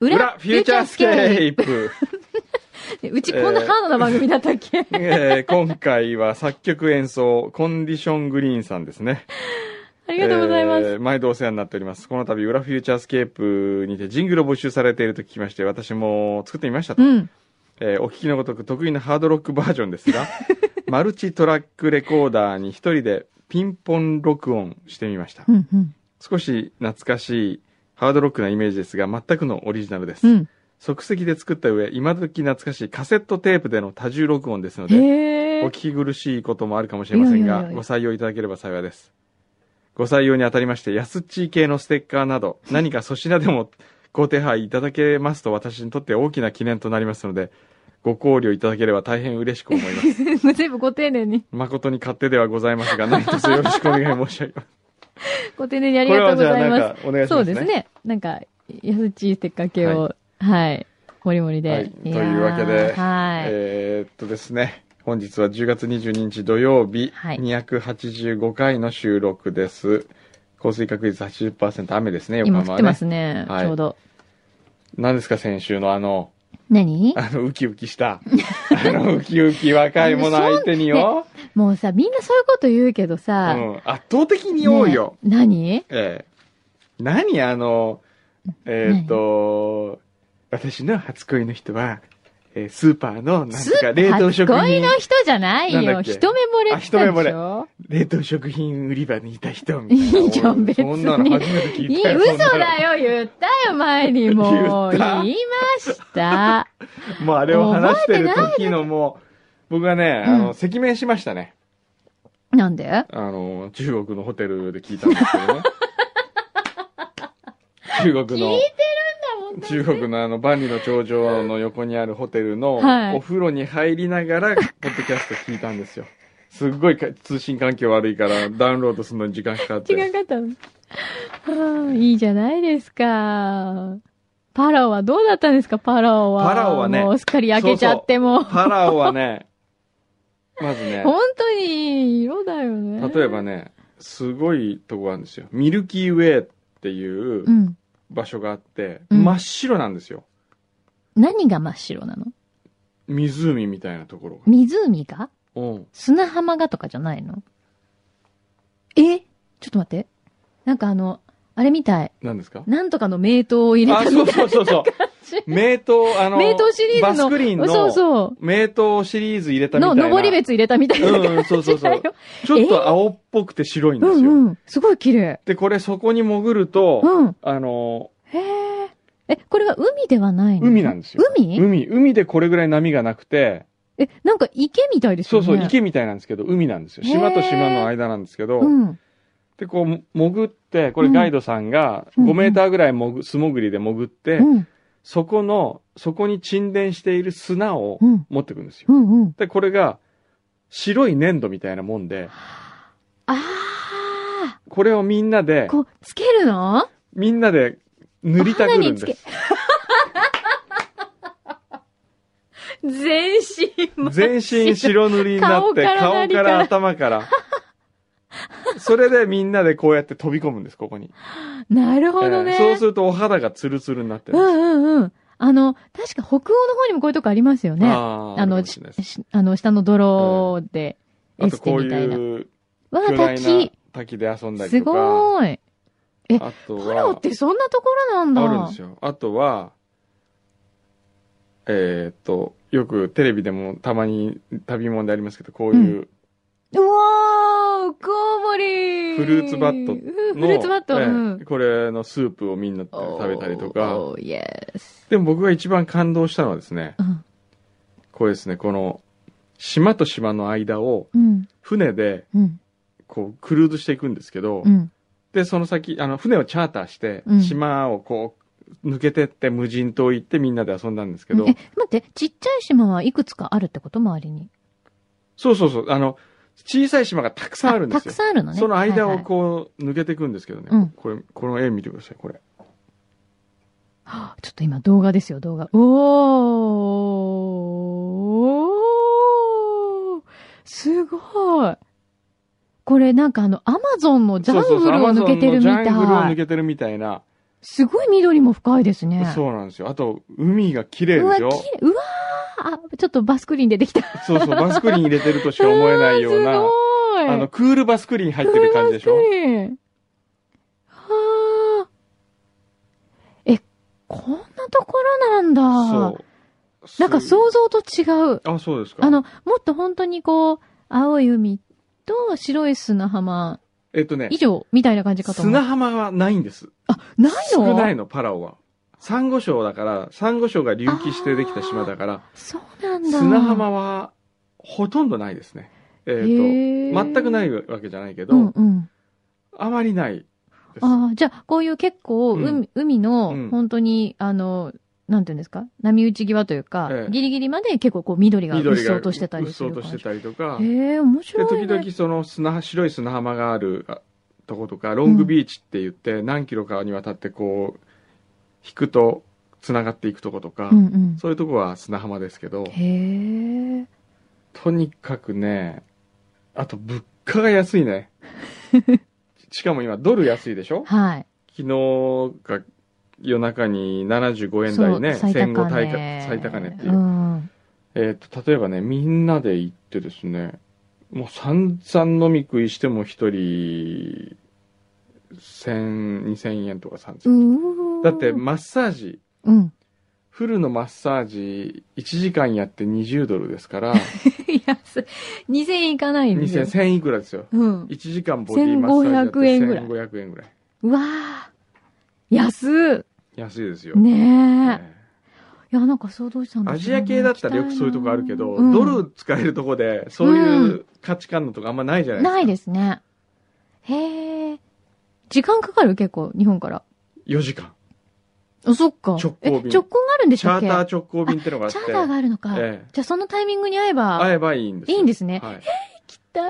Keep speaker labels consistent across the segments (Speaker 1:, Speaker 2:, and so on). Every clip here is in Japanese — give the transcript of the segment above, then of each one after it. Speaker 1: フューチャースケープ、
Speaker 2: ねうちこんなハードな番組だったっけ、
Speaker 1: えー今回は作曲演奏コンディショングリーンさんですね
Speaker 2: ありがとうございます。
Speaker 1: えー毎度お世話になっておりますこの度裏フューチャースケープにてジングルを募集されていると聞きまして私も作ってみましたと、
Speaker 2: うん。
Speaker 1: えーお聞きのごとく得意なハードロックバージョンですがマルチトラックレコーダーに一人でピンポン録音してみました
Speaker 2: うん、うん。
Speaker 1: 少し懐かしいハードロックなイメージですが全くのオリジナルです、
Speaker 2: うん。
Speaker 1: 即席で作った上今時懐かしいカセットテープでの多重録音ですので
Speaker 2: へえ
Speaker 1: お聞。き苦しいこともあるかもしれません
Speaker 2: いやいやい
Speaker 1: が
Speaker 2: やいや
Speaker 1: ご採用いただければ幸いですご採用にあたりまして安っちい系のステッカーなど何か粗品でもご手配いただけますと私にとって大きな記念となりますのでご考慮いただければ大変嬉しく思います
Speaker 2: 全部ご丁寧に。
Speaker 1: 誠に勝手ではございますが何卒よろしくお願い申し上げます
Speaker 2: ご丁寧にありがとうござい
Speaker 1: これはじゃあ
Speaker 2: ま
Speaker 1: なんかお願いし
Speaker 2: す。そ
Speaker 1: ますね
Speaker 2: うですね。なんか、安っちいステッカー系を、はい。もりもりで。
Speaker 1: はい
Speaker 2: やー
Speaker 1: というわけで
Speaker 2: はい。
Speaker 1: えーっとですね本日は10月22日土曜日、
Speaker 2: はい
Speaker 1: 285回の収録です降水確率80%雨ですね横
Speaker 2: 今
Speaker 1: 浜
Speaker 2: 降っ
Speaker 1: は
Speaker 2: て
Speaker 1: ね
Speaker 2: ますね、
Speaker 1: はい
Speaker 2: ちょうど。
Speaker 1: 何ですか先週のあの
Speaker 2: 何
Speaker 1: あのウキウキしたあのウキウキ若い者相手によ、
Speaker 2: もうさ、みんなそういうこと言うけど
Speaker 1: う
Speaker 2: さ。
Speaker 1: ん、圧倒的に多いよ、
Speaker 2: ね何
Speaker 1: ええ何あのえーっと私の初恋の人は、えースーパーのなんとか冷凍
Speaker 2: 初
Speaker 1: 食
Speaker 2: 恋
Speaker 1: 品
Speaker 2: の人じゃない
Speaker 1: なんだ
Speaker 2: よ。
Speaker 1: っけ
Speaker 2: 一目惚れって言ったでしょ
Speaker 1: 冷凍食品売り場にいた人みたいな。
Speaker 2: いいじゃん
Speaker 1: お
Speaker 2: 別に
Speaker 1: そんなの初めて聞
Speaker 2: い
Speaker 1: い
Speaker 2: い、
Speaker 1: たよ。
Speaker 2: 嘘
Speaker 1: そんな
Speaker 2: だよ、言ったよ、前にも。
Speaker 1: 言った
Speaker 2: 言いました。
Speaker 1: の。もうあれを話してる時のもう、僕はね、あ
Speaker 2: う
Speaker 1: の、
Speaker 2: ん
Speaker 1: 赤面しましたね。
Speaker 2: なんで
Speaker 1: あの、中国のホテルで聞いたんですけ どね。中国の
Speaker 2: 聞い、てる
Speaker 1: 中
Speaker 2: んだもん
Speaker 1: 国のあの、万里の長城の横にあるホテルの、
Speaker 2: はい
Speaker 1: お風呂に入りながら、ポッドキャスト聞いたんですよ。すっごいか通信環境悪いから、ダウンロードするのに時間かかっ
Speaker 2: 時間
Speaker 1: て。
Speaker 2: かかったの。はあいいじゃないですか。パラオはどうだったんですか、パラオは。
Speaker 1: パラオはね
Speaker 2: もうすっかり焼けちゃってもう。
Speaker 1: パラオはね、まずね。
Speaker 2: 本当に、色だよね。
Speaker 1: 例えばねすごいとこがあるんですよミルキーウェイっていう
Speaker 2: うん。
Speaker 1: 場所があって、
Speaker 2: うん
Speaker 1: 真っ白なんですよ
Speaker 2: 何が真っ白なの
Speaker 1: 湖みたいなところが、
Speaker 2: 湖が
Speaker 1: うん、
Speaker 2: 砂浜がとかじゃないのえちょっと待って。なんかあの、あれみたい。
Speaker 1: 何ですか
Speaker 2: なんとかの名刀を入れた
Speaker 1: あ
Speaker 2: みたい
Speaker 1: そうそうそうそう名刀あの
Speaker 2: 名刀シリーズの。
Speaker 1: バスクリーンの
Speaker 2: そうそう。
Speaker 1: 名刀シリーズ入れたみた
Speaker 2: の、
Speaker 1: いな
Speaker 2: 登別入れたみたいな感じだよ。
Speaker 1: うんそう そうそうちょっと青っぽくて白いんで
Speaker 2: う
Speaker 1: すよ、
Speaker 2: んうん。すごい綺麗。
Speaker 1: でこれそこに潜ると、
Speaker 2: うん。
Speaker 1: あの
Speaker 2: へえ。え、これは海ではないの
Speaker 1: 海なんですよ
Speaker 2: 海
Speaker 1: 海海でこれぐらい波がなくて
Speaker 2: え、なんか池みたいです
Speaker 1: そ
Speaker 2: よ
Speaker 1: う
Speaker 2: ね。
Speaker 1: そう。池みたいなんですけど海なんですよ島と島の間なんですけど、
Speaker 2: うん。
Speaker 1: で、こう、潜って、これガイドさんが
Speaker 2: うんうん
Speaker 1: 5メーターぐらい潜素潜りで潜って、
Speaker 2: うん。
Speaker 1: そこの、そこに沈殿している砂を
Speaker 2: うん。
Speaker 1: 持ってくんですよ。
Speaker 2: うん。うん。
Speaker 1: で、これが白い粘土みたいなもんで、
Speaker 2: ああ
Speaker 1: これをみんなで
Speaker 2: ー。、こう、つけるの
Speaker 1: みんなで塗りたく
Speaker 2: お肌
Speaker 1: るん
Speaker 2: につ
Speaker 1: です。
Speaker 2: 全身真っ白。
Speaker 1: 全身白塗りになって、
Speaker 2: 顔から
Speaker 1: 顔
Speaker 2: 何か
Speaker 1: からら頭から。それでみんなでこうやって飛び込むんです、ここに。
Speaker 2: なるほど
Speaker 1: え
Speaker 2: ね。
Speaker 1: ーそうするとお肌がツルツルになってる
Speaker 2: うん
Speaker 1: です。
Speaker 2: んうんうん。あの、確か北欧の方にもこういうとこありますよね。あ
Speaker 1: あーるか
Speaker 2: の、
Speaker 1: もし
Speaker 2: し
Speaker 1: れないです
Speaker 2: しあの、下の泥で、
Speaker 1: あ
Speaker 2: エ
Speaker 1: と
Speaker 2: ステ
Speaker 1: こう
Speaker 2: みたいな。
Speaker 1: いう
Speaker 2: わあ、
Speaker 1: 巨大な
Speaker 2: 滝。
Speaker 1: 滝で遊んだり
Speaker 2: す
Speaker 1: とか。
Speaker 2: ごーい。え
Speaker 1: あと
Speaker 2: パラオ
Speaker 1: は
Speaker 2: っ、てそんなところなんだ。
Speaker 1: あるんですよ。あとは、えーっと、よくテレビでもたまに旅もんでありますけど、こういう、
Speaker 2: うわー、コウモリ
Speaker 1: フルーツバット
Speaker 2: うん
Speaker 1: の
Speaker 2: フルーツバット。
Speaker 1: ええ
Speaker 2: うん
Speaker 1: これのスープをみんなで食べたりとか。
Speaker 2: おー、イエス。
Speaker 1: でも僕が一番感動したのはですね、
Speaker 2: うん
Speaker 1: これですね、この、島と島の間を
Speaker 2: うん。
Speaker 1: 船で
Speaker 2: うん。
Speaker 1: こうクルーズしていくんですけど、
Speaker 2: うん。
Speaker 1: で、その先、あの、船をチャーターして
Speaker 2: う、ん
Speaker 1: 島をこう、抜けてって無人島行ってみんなで遊んだんですけど、
Speaker 2: え、待って、ちっちゃい島はいくつかあるってこと周りに。
Speaker 1: そうそうそう、あの、小さい島がたくさんあるんです
Speaker 2: た
Speaker 1: よ
Speaker 2: く。さんあるのね。
Speaker 1: その間
Speaker 2: はいは
Speaker 1: を
Speaker 2: い
Speaker 1: こう抜けていくんですけどね、
Speaker 2: うん
Speaker 1: これこの絵見てくださいこれ
Speaker 2: ちょっと今動画ですよ、動画。おーすごいこれなんかあの、アマゾンのジャン
Speaker 1: そうそう
Speaker 2: グ
Speaker 1: そう
Speaker 2: ルを抜けてるみたい。
Speaker 1: アマゾンのジャングルを抜けてるみたいな
Speaker 2: すごい緑も深いですね。
Speaker 1: そうなんですよ。あと、海が綺麗
Speaker 2: う
Speaker 1: で
Speaker 2: わ、
Speaker 1: し
Speaker 2: 綺
Speaker 1: ょ
Speaker 2: 麗。うわーあ、ちょっとバスクリーン出てきた。
Speaker 1: そうそう、バスクリーン入れてるとしか思えないよ うな、
Speaker 2: すごい。
Speaker 1: あの、、クールバスクリーン入ってる感じでしょ
Speaker 2: バスクリーンはあ。え、こんなところなんだ。
Speaker 1: そう。
Speaker 2: なんか
Speaker 1: う。
Speaker 2: 想像と違う。
Speaker 1: あ、そうですか。
Speaker 2: あの、もっと本当にこう、青い海と白い砂浜
Speaker 1: えっとね
Speaker 2: 以、上みたいな感じかと思う。
Speaker 1: 砂浜はないんです。
Speaker 2: あ、ないの
Speaker 1: 少ないの、パラオは。サンゴ礁だから、サンゴ礁が隆起してできた島だから、
Speaker 2: そうなんだ。
Speaker 1: 砂浜はほとんどないですね。えっ、と、全くないいわけじゃないけど、
Speaker 2: うんうん。
Speaker 1: あまりないです。
Speaker 2: ああ、じゃあ、こういう結構、
Speaker 1: うん
Speaker 2: 海海の
Speaker 1: うん、
Speaker 2: 本当に、あの、なんていうんですか波打ち際というか、
Speaker 1: ええ
Speaker 2: ギリギリまで結構こう緑がうっ
Speaker 1: 緑
Speaker 2: そ
Speaker 1: が
Speaker 2: うとしてたりす
Speaker 1: うっ
Speaker 2: る感
Speaker 1: そうとして
Speaker 2: じ。
Speaker 1: たりとか、
Speaker 2: へえ、面白
Speaker 1: で
Speaker 2: い、
Speaker 1: 時
Speaker 2: ね。
Speaker 1: 々その砂白い砂浜があるあとことかロングビーチって言って、何キロかにわたってこう引くとつながっていくとことか、
Speaker 2: うんうん。
Speaker 1: そういうとこは砂浜ですけど
Speaker 2: へえ。
Speaker 1: とにかくねあと物価が安 いねしかも今ドル安いでしょ
Speaker 2: はい。
Speaker 1: 昨日が夜中に75円台ね
Speaker 2: そう最
Speaker 1: 戦後
Speaker 2: 高
Speaker 1: 最
Speaker 2: 値。
Speaker 1: 高値っていう、
Speaker 2: うん。
Speaker 1: えー、と例えばねみんなで行ってですねもう散々飲み食いしても一人10002000円とか3000
Speaker 2: う
Speaker 1: 円、
Speaker 2: ん
Speaker 1: だってマッサージ
Speaker 2: うん。
Speaker 1: フルのマッサージ1時間やって20ドルですから
Speaker 2: 安い。2000円いかないんですよ。
Speaker 1: 2000いくらですよ
Speaker 2: うん。
Speaker 1: 1時間ボディマッサージやって
Speaker 2: 1500円ぐらい
Speaker 1: 1500円ぐらいう
Speaker 2: わあ。安っ
Speaker 1: 安いですよ、
Speaker 2: ねえ。
Speaker 1: え
Speaker 2: いや、なんか想像したん
Speaker 1: え
Speaker 2: だ
Speaker 1: アジア系だったらよくそういうとこあるけど、
Speaker 2: うん
Speaker 1: ドル使えるとこでそういう価値観のとこあんまないじゃないですか、
Speaker 2: ないですね。へえ。時間かかる結構、日本から。
Speaker 1: 4時間
Speaker 2: あ、そっか。
Speaker 1: 直行
Speaker 2: え
Speaker 1: 便
Speaker 2: 直行があるんでし
Speaker 1: チ
Speaker 2: た
Speaker 1: ャ
Speaker 2: っけ
Speaker 1: ーター直行便ってのがあって
Speaker 2: チャーターがあるのか。
Speaker 1: ええ
Speaker 2: じゃあ、そのタイミングに合えば、
Speaker 1: 会えばいいんです
Speaker 2: い
Speaker 1: よ
Speaker 2: いんですね。
Speaker 1: はい
Speaker 2: だ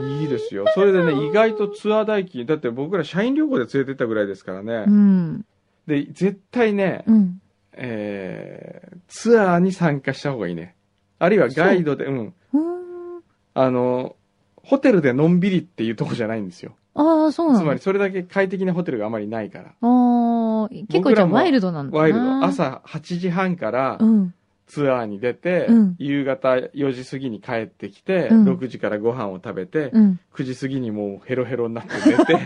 Speaker 2: ー
Speaker 1: いいですよ。それでね、意外とツアー代金、だって僕ら社員旅行で連れてったぐらいですからね。
Speaker 2: うん。
Speaker 1: で、絶対ね、
Speaker 2: うん。
Speaker 1: えー、ツアーに参加した方がいいね。あるいはガイドで、うん。
Speaker 2: うーん。
Speaker 1: あの、ホテルでのんびりっていうとこじゃないんですよ。
Speaker 2: ああ、そうな
Speaker 1: つ
Speaker 2: の
Speaker 1: まりそれだけ快適なホテルがあまりないから。
Speaker 2: ああ、結構
Speaker 1: 僕
Speaker 2: じゃ
Speaker 1: ら
Speaker 2: あ
Speaker 1: も
Speaker 2: ワイルドなんだな。
Speaker 1: ワイルド。。朝8時半から
Speaker 2: うん。
Speaker 1: ツアーに出て、
Speaker 2: うん
Speaker 1: 夕方4時過ぎに帰ってきて、
Speaker 2: うん
Speaker 1: 6時からご飯を食べて、
Speaker 2: うん。
Speaker 1: 9時過ぎにもうヘロヘロになって寝 て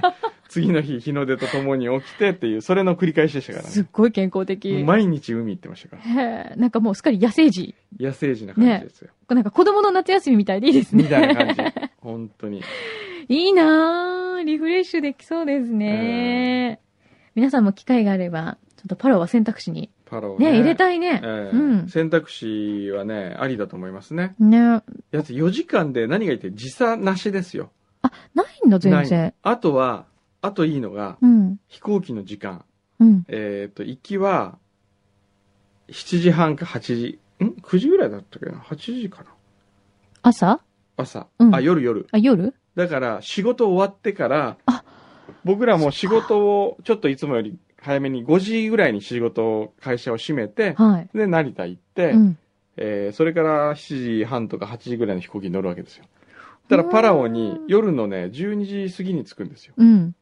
Speaker 1: 次の日日の出とともに起きてっていうそれの繰り返しでしたから
Speaker 2: すっ
Speaker 1: ね
Speaker 2: ごい健康的。
Speaker 1: 毎日海行ってましたから
Speaker 2: へえ。なんかもうすっかり野生児。
Speaker 1: 野生児な感じですよ、
Speaker 2: なんか子供の夏休みみたいでいいですね。
Speaker 1: みたいな感じ本当に
Speaker 2: いいなぁ。リフレッシュできそうですね。皆さんも機会があれば、ちょっとパラオは選択肢に。
Speaker 1: パラオ
Speaker 2: ね、入れ
Speaker 1: い、
Speaker 2: たいね。
Speaker 1: ええ
Speaker 2: うん。
Speaker 1: 選択肢はねありだと思いますね
Speaker 2: ね。
Speaker 1: やつ4時間で何がいいって時差なしですよ
Speaker 2: ないんだ、全
Speaker 1: な
Speaker 2: 然
Speaker 1: い。あとはあといいのが
Speaker 2: うん。
Speaker 1: 飛行機の時間
Speaker 2: うん。
Speaker 1: えっ、と行きは7時半か8時ん9時ぐらいだったっけな8時かな
Speaker 2: 朝
Speaker 1: 朝、
Speaker 2: うん
Speaker 1: あ夜夜
Speaker 2: あ、夜
Speaker 1: だから仕事終わってから
Speaker 2: あ、
Speaker 1: 僕らも仕事をちょっといつもより早めに5時ぐらいに仕事を、会社を閉めて、
Speaker 2: はい。
Speaker 1: で、成田行って、
Speaker 2: うん。
Speaker 1: えーそれから7時半とか8時ぐらいの飛行機に乗るわけですよ。だからパラオに夜のね、12時過ぎに着くんですよ。
Speaker 2: うん。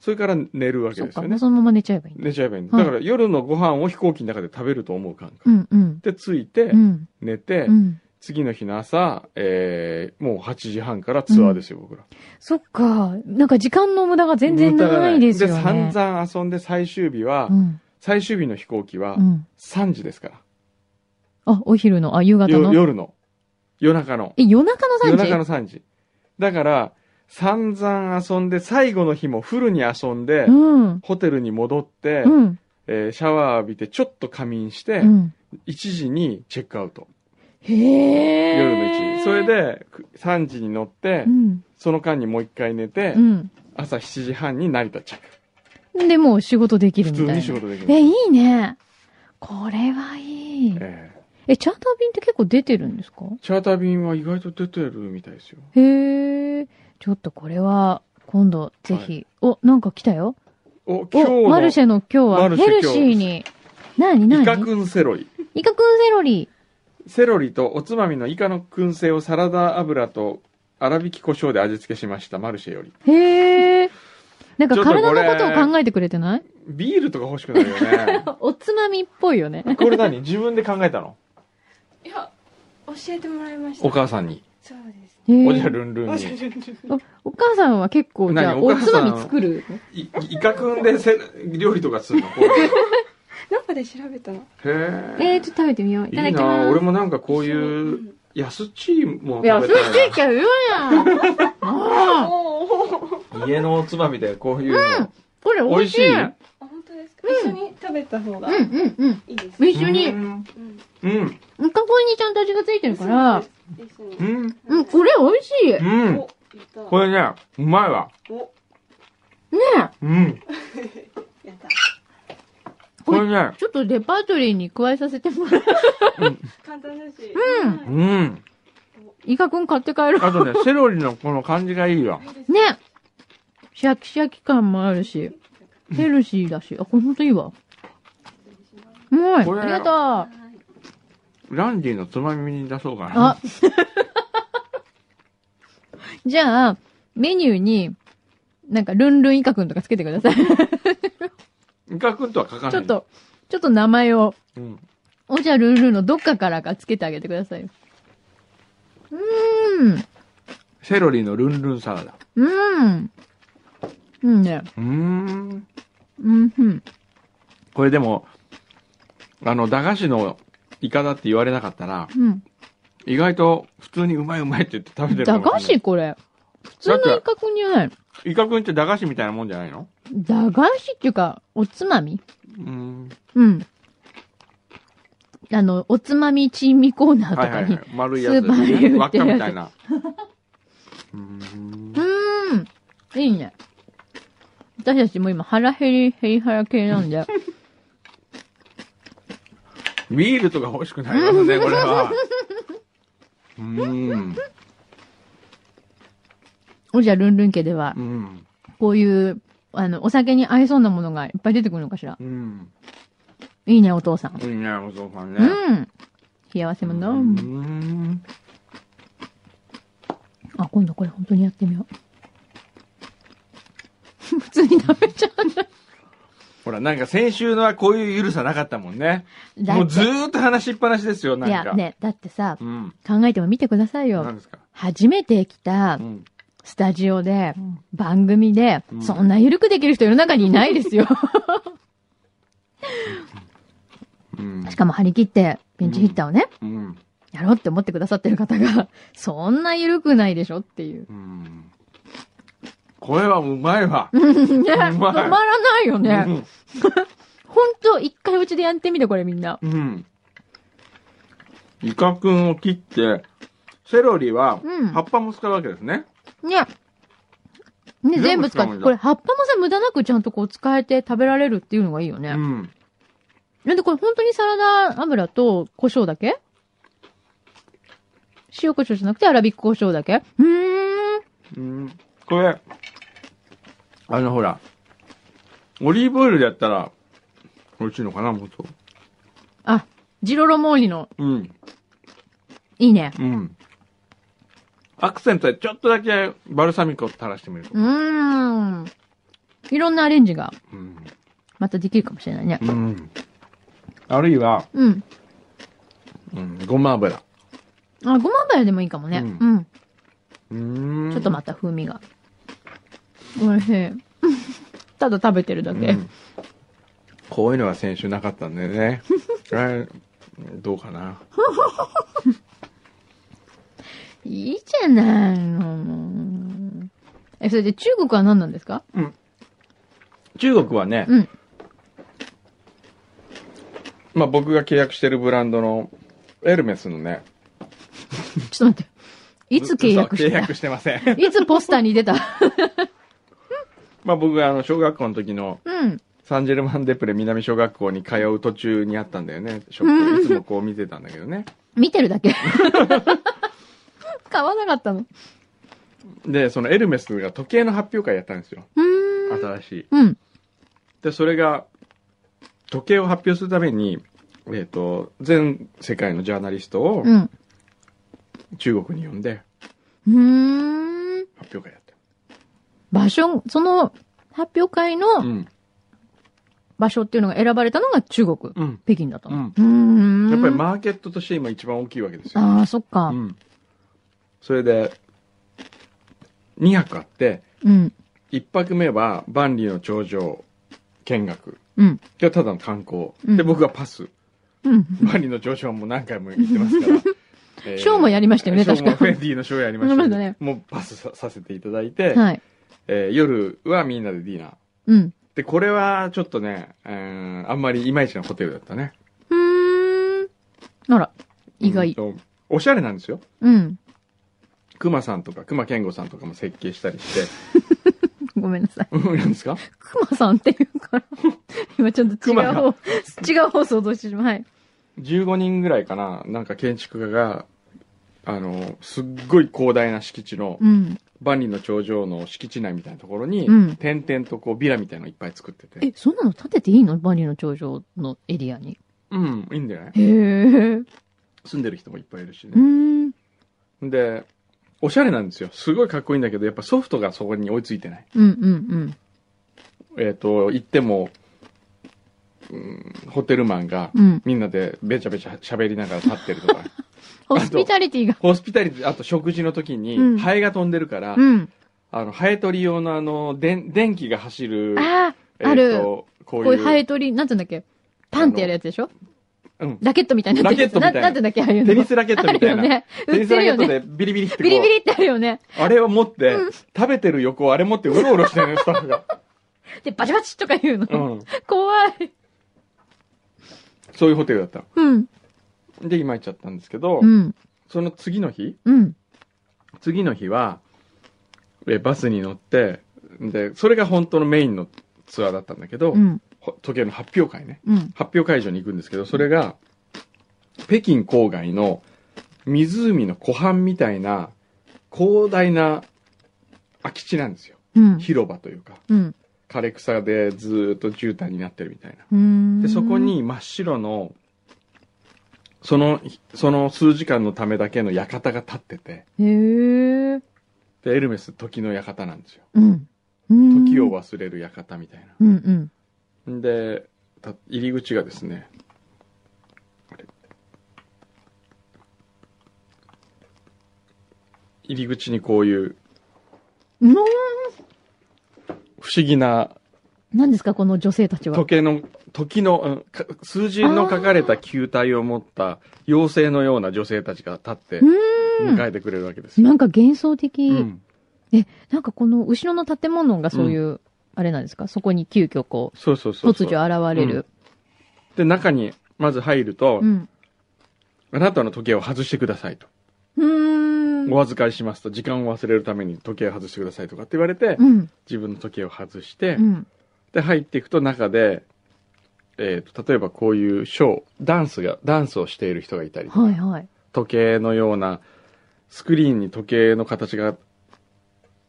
Speaker 1: それから寝るわけ
Speaker 2: そっ
Speaker 1: です
Speaker 2: か。
Speaker 1: よ
Speaker 2: も
Speaker 1: ね
Speaker 2: う。そのまま寝ちゃえばいいんだ。
Speaker 1: 寝ちゃえばいいんです。
Speaker 2: はい
Speaker 1: だから夜のご飯を飛行機の中で食べると思う感覚。
Speaker 2: うんうん。
Speaker 1: で、着いて
Speaker 2: う、ん。
Speaker 1: 寝て、
Speaker 2: うん。
Speaker 1: 次の日の朝、えーもう8時半からツアーですよ、僕ら。
Speaker 2: そっか。なんか時間の無駄が全然ないですよね。
Speaker 1: で、散々遊んで最終日は、
Speaker 2: うん。
Speaker 1: 最終日の飛行機は
Speaker 2: うん。
Speaker 1: 3時ですか
Speaker 2: あ、お昼の、あ、夕
Speaker 1: ら。
Speaker 2: 方
Speaker 1: よ
Speaker 2: の。
Speaker 1: 夜の。夜中の。
Speaker 2: え、夜中の
Speaker 1: 夜
Speaker 2: 3時
Speaker 1: 中の3時。だから、散々遊んで、最後の日もフルに遊んで、
Speaker 2: うん。
Speaker 1: ホテルに戻って、
Speaker 2: うん。
Speaker 1: えーシャワー浴びて、ちょっと仮眠して、
Speaker 2: うん。
Speaker 1: 1時にチェックアウト。
Speaker 2: へえ。
Speaker 1: 夜の1時。それ、で、く3時に乗って、
Speaker 2: うん。
Speaker 1: その間にもう1回寝て、
Speaker 2: うん。
Speaker 1: 朝7時半に成田着。
Speaker 2: で、もう仕事できる
Speaker 1: 普
Speaker 2: みたい
Speaker 1: 通
Speaker 2: な。
Speaker 1: に仕事できる。
Speaker 2: え、いいね。これはいい。
Speaker 1: えー
Speaker 2: え、チャーター便って結構出てるんですか
Speaker 1: チャーター便は意外と出てるみたいですよ。
Speaker 2: へえ。ちょっとこれは、今度、ぜひ。お、なんか来たよ。
Speaker 1: お、今日
Speaker 2: お、
Speaker 1: の
Speaker 2: マルシェの今
Speaker 1: マ
Speaker 2: 日は
Speaker 1: ルシェ
Speaker 2: ヘ
Speaker 1: 今
Speaker 2: ル
Speaker 1: 日
Speaker 2: シーに。なになに
Speaker 1: イカくんセロリ。
Speaker 2: イカくんセロリ。
Speaker 1: セロリとおつまみのイカの燻製をサラダ油と粗挽き胡椒で味付けしましたマルシェより。
Speaker 2: へえ。なんか
Speaker 1: ちょっとこれ
Speaker 2: 体のことを考えてくれてない
Speaker 1: ビールとか欲しくなるよね
Speaker 2: おつまみっぽいよね。
Speaker 1: これ何自分で考えたの
Speaker 3: いや教えてもらいました
Speaker 1: お母さんに
Speaker 3: そうです
Speaker 2: へー
Speaker 1: おじゃるんるん
Speaker 3: お
Speaker 1: に
Speaker 3: しゃれ
Speaker 2: おお母さんは結構、じゃあ、
Speaker 1: 何お
Speaker 2: お
Speaker 1: 母
Speaker 2: つ
Speaker 1: さん
Speaker 2: まみ作る。
Speaker 1: いイカくんでせ料理とかするのこういう
Speaker 3: なんかで調べたの
Speaker 1: のへ
Speaker 2: えー、ちょっと食べてみよう。いた
Speaker 1: えい
Speaker 2: だ
Speaker 1: い
Speaker 2: き
Speaker 1: な俺
Speaker 2: ま
Speaker 1: もなんかこう
Speaker 3: う
Speaker 1: いうん安っちいも
Speaker 2: す。
Speaker 1: の食
Speaker 2: いや、
Speaker 1: べ
Speaker 2: 寿
Speaker 1: たい
Speaker 2: 司
Speaker 1: な
Speaker 2: 食べようやん。ああ、
Speaker 3: おー
Speaker 1: 家のおつまみでこういうの、
Speaker 2: これ美味しい。
Speaker 1: 美
Speaker 2: う
Speaker 1: 味し
Speaker 2: ん
Speaker 1: い
Speaker 3: あ本当ですか、
Speaker 2: うん
Speaker 3: 一緒に食べた方がい
Speaker 2: うんうん。
Speaker 3: いです、
Speaker 2: 一緒に
Speaker 1: う、ん
Speaker 3: うん
Speaker 1: うん
Speaker 2: イカ粉にちゃんと味がついてるから、
Speaker 3: そうです一緒
Speaker 1: う
Speaker 3: に
Speaker 1: ん
Speaker 2: うん、これ美味しい。ね
Speaker 1: うん
Speaker 3: おやった
Speaker 1: これねうまいわ
Speaker 3: お
Speaker 1: うん
Speaker 3: やった
Speaker 1: これね
Speaker 2: ちょっとレパートリーに加えさせてもらう。
Speaker 3: 簡単だし
Speaker 2: うん
Speaker 3: は
Speaker 1: うん
Speaker 2: イカくん買って帰ろ
Speaker 1: あ とねセロリのこの感じがいいよ
Speaker 3: いいいです
Speaker 2: う。ね。シャキシャキ感もあるし、ヘルシーだし。あ、これほんといいわ。
Speaker 3: 失礼します
Speaker 2: うまい。
Speaker 1: これ
Speaker 2: ありがとう。
Speaker 3: はい
Speaker 1: ランディのつまみに出そうかな
Speaker 2: あ。 じゃあ、メニューに、なんか、ルンルンイカくんとかつけてください。ち
Speaker 1: イカくんとは書かない
Speaker 2: ょっ、と、ちょっと名前を、
Speaker 1: うん、
Speaker 2: おじゃルンルンのどっかからかつけてあげてくださいよ。うーん。
Speaker 1: セロリのルンルンサラダ
Speaker 2: うーん。うんね。
Speaker 1: うーん
Speaker 2: うん、うん。
Speaker 1: これでもあの駄菓子のイカだって言われなかったら
Speaker 2: うん。
Speaker 1: 意外と普通にうまいうまいって言って食べてるか
Speaker 2: 駄
Speaker 1: も
Speaker 2: 菓
Speaker 1: しれ
Speaker 2: 子
Speaker 1: ない
Speaker 2: これ。普通のイカくんじゃない。
Speaker 1: イカくんって駄菓子みたいなもんじゃないの
Speaker 2: 駄菓子っていうか、おつまみ
Speaker 1: うーん
Speaker 2: うん。あの、おつまみ珍味コーナーと
Speaker 1: はい
Speaker 2: か
Speaker 1: は
Speaker 2: に
Speaker 1: い、はい、丸いやつ
Speaker 2: スーパーで売ってるやつ
Speaker 1: 輪っかみたいなうーん
Speaker 2: うーん。いいね。私たちも今腹減り、減り腹系なん で。
Speaker 1: ビールとか欲しくなりますねこれはうーん
Speaker 2: おじゃルンルン家では
Speaker 1: う、ん
Speaker 2: こういう、あの、お酒に合いそうなものがいっぱい出てくるのかしら。
Speaker 1: うん
Speaker 2: いいね、お父さん。
Speaker 1: いいねお父さんね
Speaker 2: うん。幸せ者。
Speaker 1: うーん
Speaker 2: あ、今度これ本当にやってみよう。 普通に食べちゃう。
Speaker 1: ほら、なんか先週のはこういうゆるさなかったもんね。
Speaker 2: だ
Speaker 1: もうず
Speaker 2: っ
Speaker 1: ーっと話しっぱなしですよ、
Speaker 2: て
Speaker 1: ないん
Speaker 2: や
Speaker 1: か。、
Speaker 2: ね、だってさ
Speaker 1: う、ん。
Speaker 2: 考えても見てください
Speaker 1: 何
Speaker 2: よ。
Speaker 1: ですか。
Speaker 2: 初めて来た
Speaker 1: うん。
Speaker 2: スタジオで、
Speaker 1: ん
Speaker 2: 番組で
Speaker 1: う、ん
Speaker 2: そんな緩くできる人世の中にいないです よ。
Speaker 1: うん
Speaker 2: し。かも張り切って、ピンチヒッターをね、
Speaker 1: うん。
Speaker 2: やろうって思ってくださってる方が、 そんな緩くないでしょって いう。
Speaker 1: うん。これはうまいわ。
Speaker 2: ね、止
Speaker 1: まい
Speaker 2: まらないよ
Speaker 1: う
Speaker 2: ね。
Speaker 1: ん
Speaker 2: ほんと、一回うちでやってみて、これみんな。
Speaker 1: うん。イカくんを切って、セロリは
Speaker 2: うん
Speaker 1: 葉っぱも使うわけですね。
Speaker 2: ね。ね、
Speaker 1: 部
Speaker 2: 全部使
Speaker 1: 使う
Speaker 2: っ
Speaker 1: ん
Speaker 2: て、
Speaker 1: だ
Speaker 2: これ葉っぱもさ、無駄なくちゃんとこう使えて食べられるっていうのがいいよ
Speaker 1: う
Speaker 2: ね。
Speaker 1: ん。
Speaker 2: なんでこれ本当にサラダ油と胡椒だけ塩胡椒じゃなくて粗挽き胡椒だけうーん。
Speaker 1: うん。これ、あのほら、オリーブオイルでやったら、美味しいのかな、もっと。
Speaker 2: あ、ジロロモーニの、
Speaker 1: うん。
Speaker 2: いいね。
Speaker 1: うん。アクセントでちょっとだけバルサミコ垂らしてみると。
Speaker 2: うーん。いろんなアレンジが
Speaker 1: うん。
Speaker 2: またできるかもしれないね。
Speaker 1: うん。あるいは、
Speaker 2: うん。
Speaker 1: うん、ごま油。
Speaker 2: あ、ごま油でもいいかもね。
Speaker 1: うん
Speaker 2: うん。
Speaker 1: うん
Speaker 2: ちょっと
Speaker 1: 待
Speaker 2: また風味が。美味しい。 ただ食べてるだけ。
Speaker 1: こういうのは先週なかったんで ね。えーどうかな。
Speaker 2: いいじゃないの。え、それで中国は何なんですか
Speaker 1: 中国はね、
Speaker 2: うん。
Speaker 1: まあ僕が契約してるブランドのエルメスのね。
Speaker 2: ちょっと待って。いつ契約し
Speaker 1: そう契
Speaker 2: た
Speaker 1: 約してません。
Speaker 2: いつポスターに出た
Speaker 1: まあ僕があの小学校の時の
Speaker 2: うん。
Speaker 1: サンジェルマンデプレ南小学校に通う途中にあったんだよね。ショップいつもこう見てたんだけどね。
Speaker 2: 見てるだけ。買わなかったの。
Speaker 1: で、そのエルメスが時計の発表会やったんですよ。
Speaker 2: うーん。
Speaker 1: 新しい。
Speaker 2: うん。
Speaker 1: で、それが、時計を発表するために、えっ、と、全世界のジャーナリストを
Speaker 2: うん。
Speaker 1: 中国に呼んで
Speaker 2: うーん。
Speaker 1: 発表会やっ
Speaker 2: 場所、その発表会
Speaker 1: た。
Speaker 2: の
Speaker 1: うん。
Speaker 2: 場所っていうのが選ばれたのが中国、
Speaker 1: うん。
Speaker 2: 北京だった
Speaker 1: う
Speaker 2: の
Speaker 1: ん。
Speaker 2: うーん。
Speaker 1: やっぱりマーケットとして今一番大きいわけですよ。
Speaker 2: ああ、そっか
Speaker 1: う。ん。それで、2泊あって、
Speaker 2: うん。
Speaker 1: 1泊目は万里の頂上見学。
Speaker 2: うん。
Speaker 1: で、ただの観光。
Speaker 2: うん
Speaker 1: で、僕がパス。
Speaker 2: うん。
Speaker 1: 万里の頂上はもう何回も行ってますから。 えー
Speaker 2: ショーもやりましたよね、
Speaker 1: ショー
Speaker 2: 確
Speaker 1: もフェ
Speaker 2: か。
Speaker 1: ンディのショーやりましたけど
Speaker 2: やりまし
Speaker 1: もうパスささせていただいて、
Speaker 2: はい。
Speaker 1: えー夜はみんなでディナー。
Speaker 2: うん。
Speaker 1: で、これはちょっとね、えーあんまりいまいちなホテルだったね。
Speaker 2: うーん。あら、意
Speaker 1: うん
Speaker 2: 外。
Speaker 1: とおしゃれなんですよ。
Speaker 2: うん。
Speaker 1: 熊さんとか、熊健吾さんとかも設計したりして。
Speaker 2: ごめんなさい。
Speaker 1: うん、なんですか
Speaker 2: 熊さんっていうから、 今ちょっと違
Speaker 1: 熊
Speaker 2: う
Speaker 1: が
Speaker 2: 方、 違う方想像してしまう。はい。
Speaker 1: 15人ぐらいかな、なんか建築家が、あの、すっごい広大な敷地の、
Speaker 2: うん。
Speaker 1: 万里の頂上の敷地内みたいなところに、
Speaker 2: うん
Speaker 1: 点々とこうビラみたいのいっぱい作ってて。
Speaker 2: え、そんなの建てていいのバニーの頂上のエリアに。
Speaker 1: うん、いいんじゃな
Speaker 2: へ
Speaker 1: い
Speaker 2: え。う
Speaker 1: 住んでる人もいっぱいいるし
Speaker 2: ー
Speaker 1: ね。
Speaker 2: ん。
Speaker 1: で、おしゃれなんですよ。すごいかっこいいんだけど、やっぱソフトがそこに追いついてない。
Speaker 2: うんうん
Speaker 1: えっ、と、行っても、うん、ホテルマンが
Speaker 2: うん。うん。
Speaker 1: みんなでべちゃべちゃ喋りながら立ってるとか、
Speaker 2: ホスピタリティが。
Speaker 1: ホスピタリティ、あと食事の時
Speaker 2: うん
Speaker 1: にハエが飛んでるから、
Speaker 2: うん。
Speaker 1: あの、ハエ取り用のあの、でん電気が走る、
Speaker 2: あ
Speaker 1: えー
Speaker 2: ある
Speaker 1: とこ
Speaker 2: あ、
Speaker 1: う
Speaker 2: こう
Speaker 1: い
Speaker 2: いう
Speaker 1: う、
Speaker 2: ハエ取り、なんていうんだっけパンってやるやつでしょ
Speaker 1: うん、
Speaker 2: ラケットみたいになってるやつ。
Speaker 1: ラケットみたいな
Speaker 2: なんていうんだっけああいうの。
Speaker 1: テニスラケットみたい
Speaker 2: あ
Speaker 1: な。
Speaker 2: るよね。
Speaker 1: テ
Speaker 2: 売
Speaker 1: ニ
Speaker 2: っ
Speaker 1: ス
Speaker 2: てる
Speaker 1: ラケ
Speaker 2: よ
Speaker 1: ット
Speaker 2: ね。
Speaker 1: でビリビリってこう
Speaker 2: ビリビリってあるよね。
Speaker 1: あれを持って、
Speaker 2: うん
Speaker 1: 食べてる横をあれ持ってうろうろしてるね、スタッフが。
Speaker 2: で、バチバチとか言うの。
Speaker 1: うん。
Speaker 2: 怖い。
Speaker 1: そういうホテルだった
Speaker 2: うん。
Speaker 1: の。で、今行っちゃったんですけど、
Speaker 2: うん。
Speaker 1: その次の日
Speaker 2: うん。
Speaker 1: 次の日はえバスに乗ってでそれが本当のメインのツアーだったんだけど、
Speaker 2: うん。
Speaker 1: ほ時計の発表会ね
Speaker 2: うん。
Speaker 1: 発表会場に行くんですけどそれが北京郊外の湖の湖畔みたいな広大な空き地なんですよ
Speaker 2: うん。
Speaker 1: 広場というか
Speaker 2: うん。
Speaker 1: 枯れ草でずーっと絨毯になってるみたいな
Speaker 2: うん。
Speaker 1: でそこ、に真っ白のそのその数時間のためだけの館が立ってて
Speaker 2: へえ。
Speaker 1: でエルメス時の館なんですよ
Speaker 2: うん。うん
Speaker 1: 時を。忘れる館みたい
Speaker 2: うんうん。
Speaker 1: な、でた入り口がですねあれ入り口にこういう
Speaker 2: の
Speaker 1: 不思議な
Speaker 2: 何ですか、この女性たちは。
Speaker 1: 時計の時のうんか数字の書かれた球体を持った妖精のような女性たちが立って
Speaker 2: う
Speaker 1: 迎
Speaker 2: ん。
Speaker 1: えてくれるわけですよ、
Speaker 2: なんか幻想
Speaker 1: う
Speaker 2: 的。
Speaker 1: ん
Speaker 2: なんかこの後ろの建物がそういう、あれなんですかそこに急遽こ
Speaker 1: そうそう
Speaker 2: う、
Speaker 1: そうそ
Speaker 2: 突
Speaker 1: う
Speaker 2: 如現れる。
Speaker 1: で中にまず入ると、
Speaker 2: うん。
Speaker 1: あなたの時計を外してくださいと
Speaker 2: うん。
Speaker 1: お預かりしますと時間を忘れるために時計を外してくださいとかって言われて、
Speaker 2: うん。
Speaker 1: 自分の時計を外して、
Speaker 2: うん。
Speaker 1: で入っていくと中で、えーと例えばこういうショーダンスがダンスをしている人がいたりとか、
Speaker 2: はいはい。
Speaker 1: 時計のようなスクリーンに時計の形が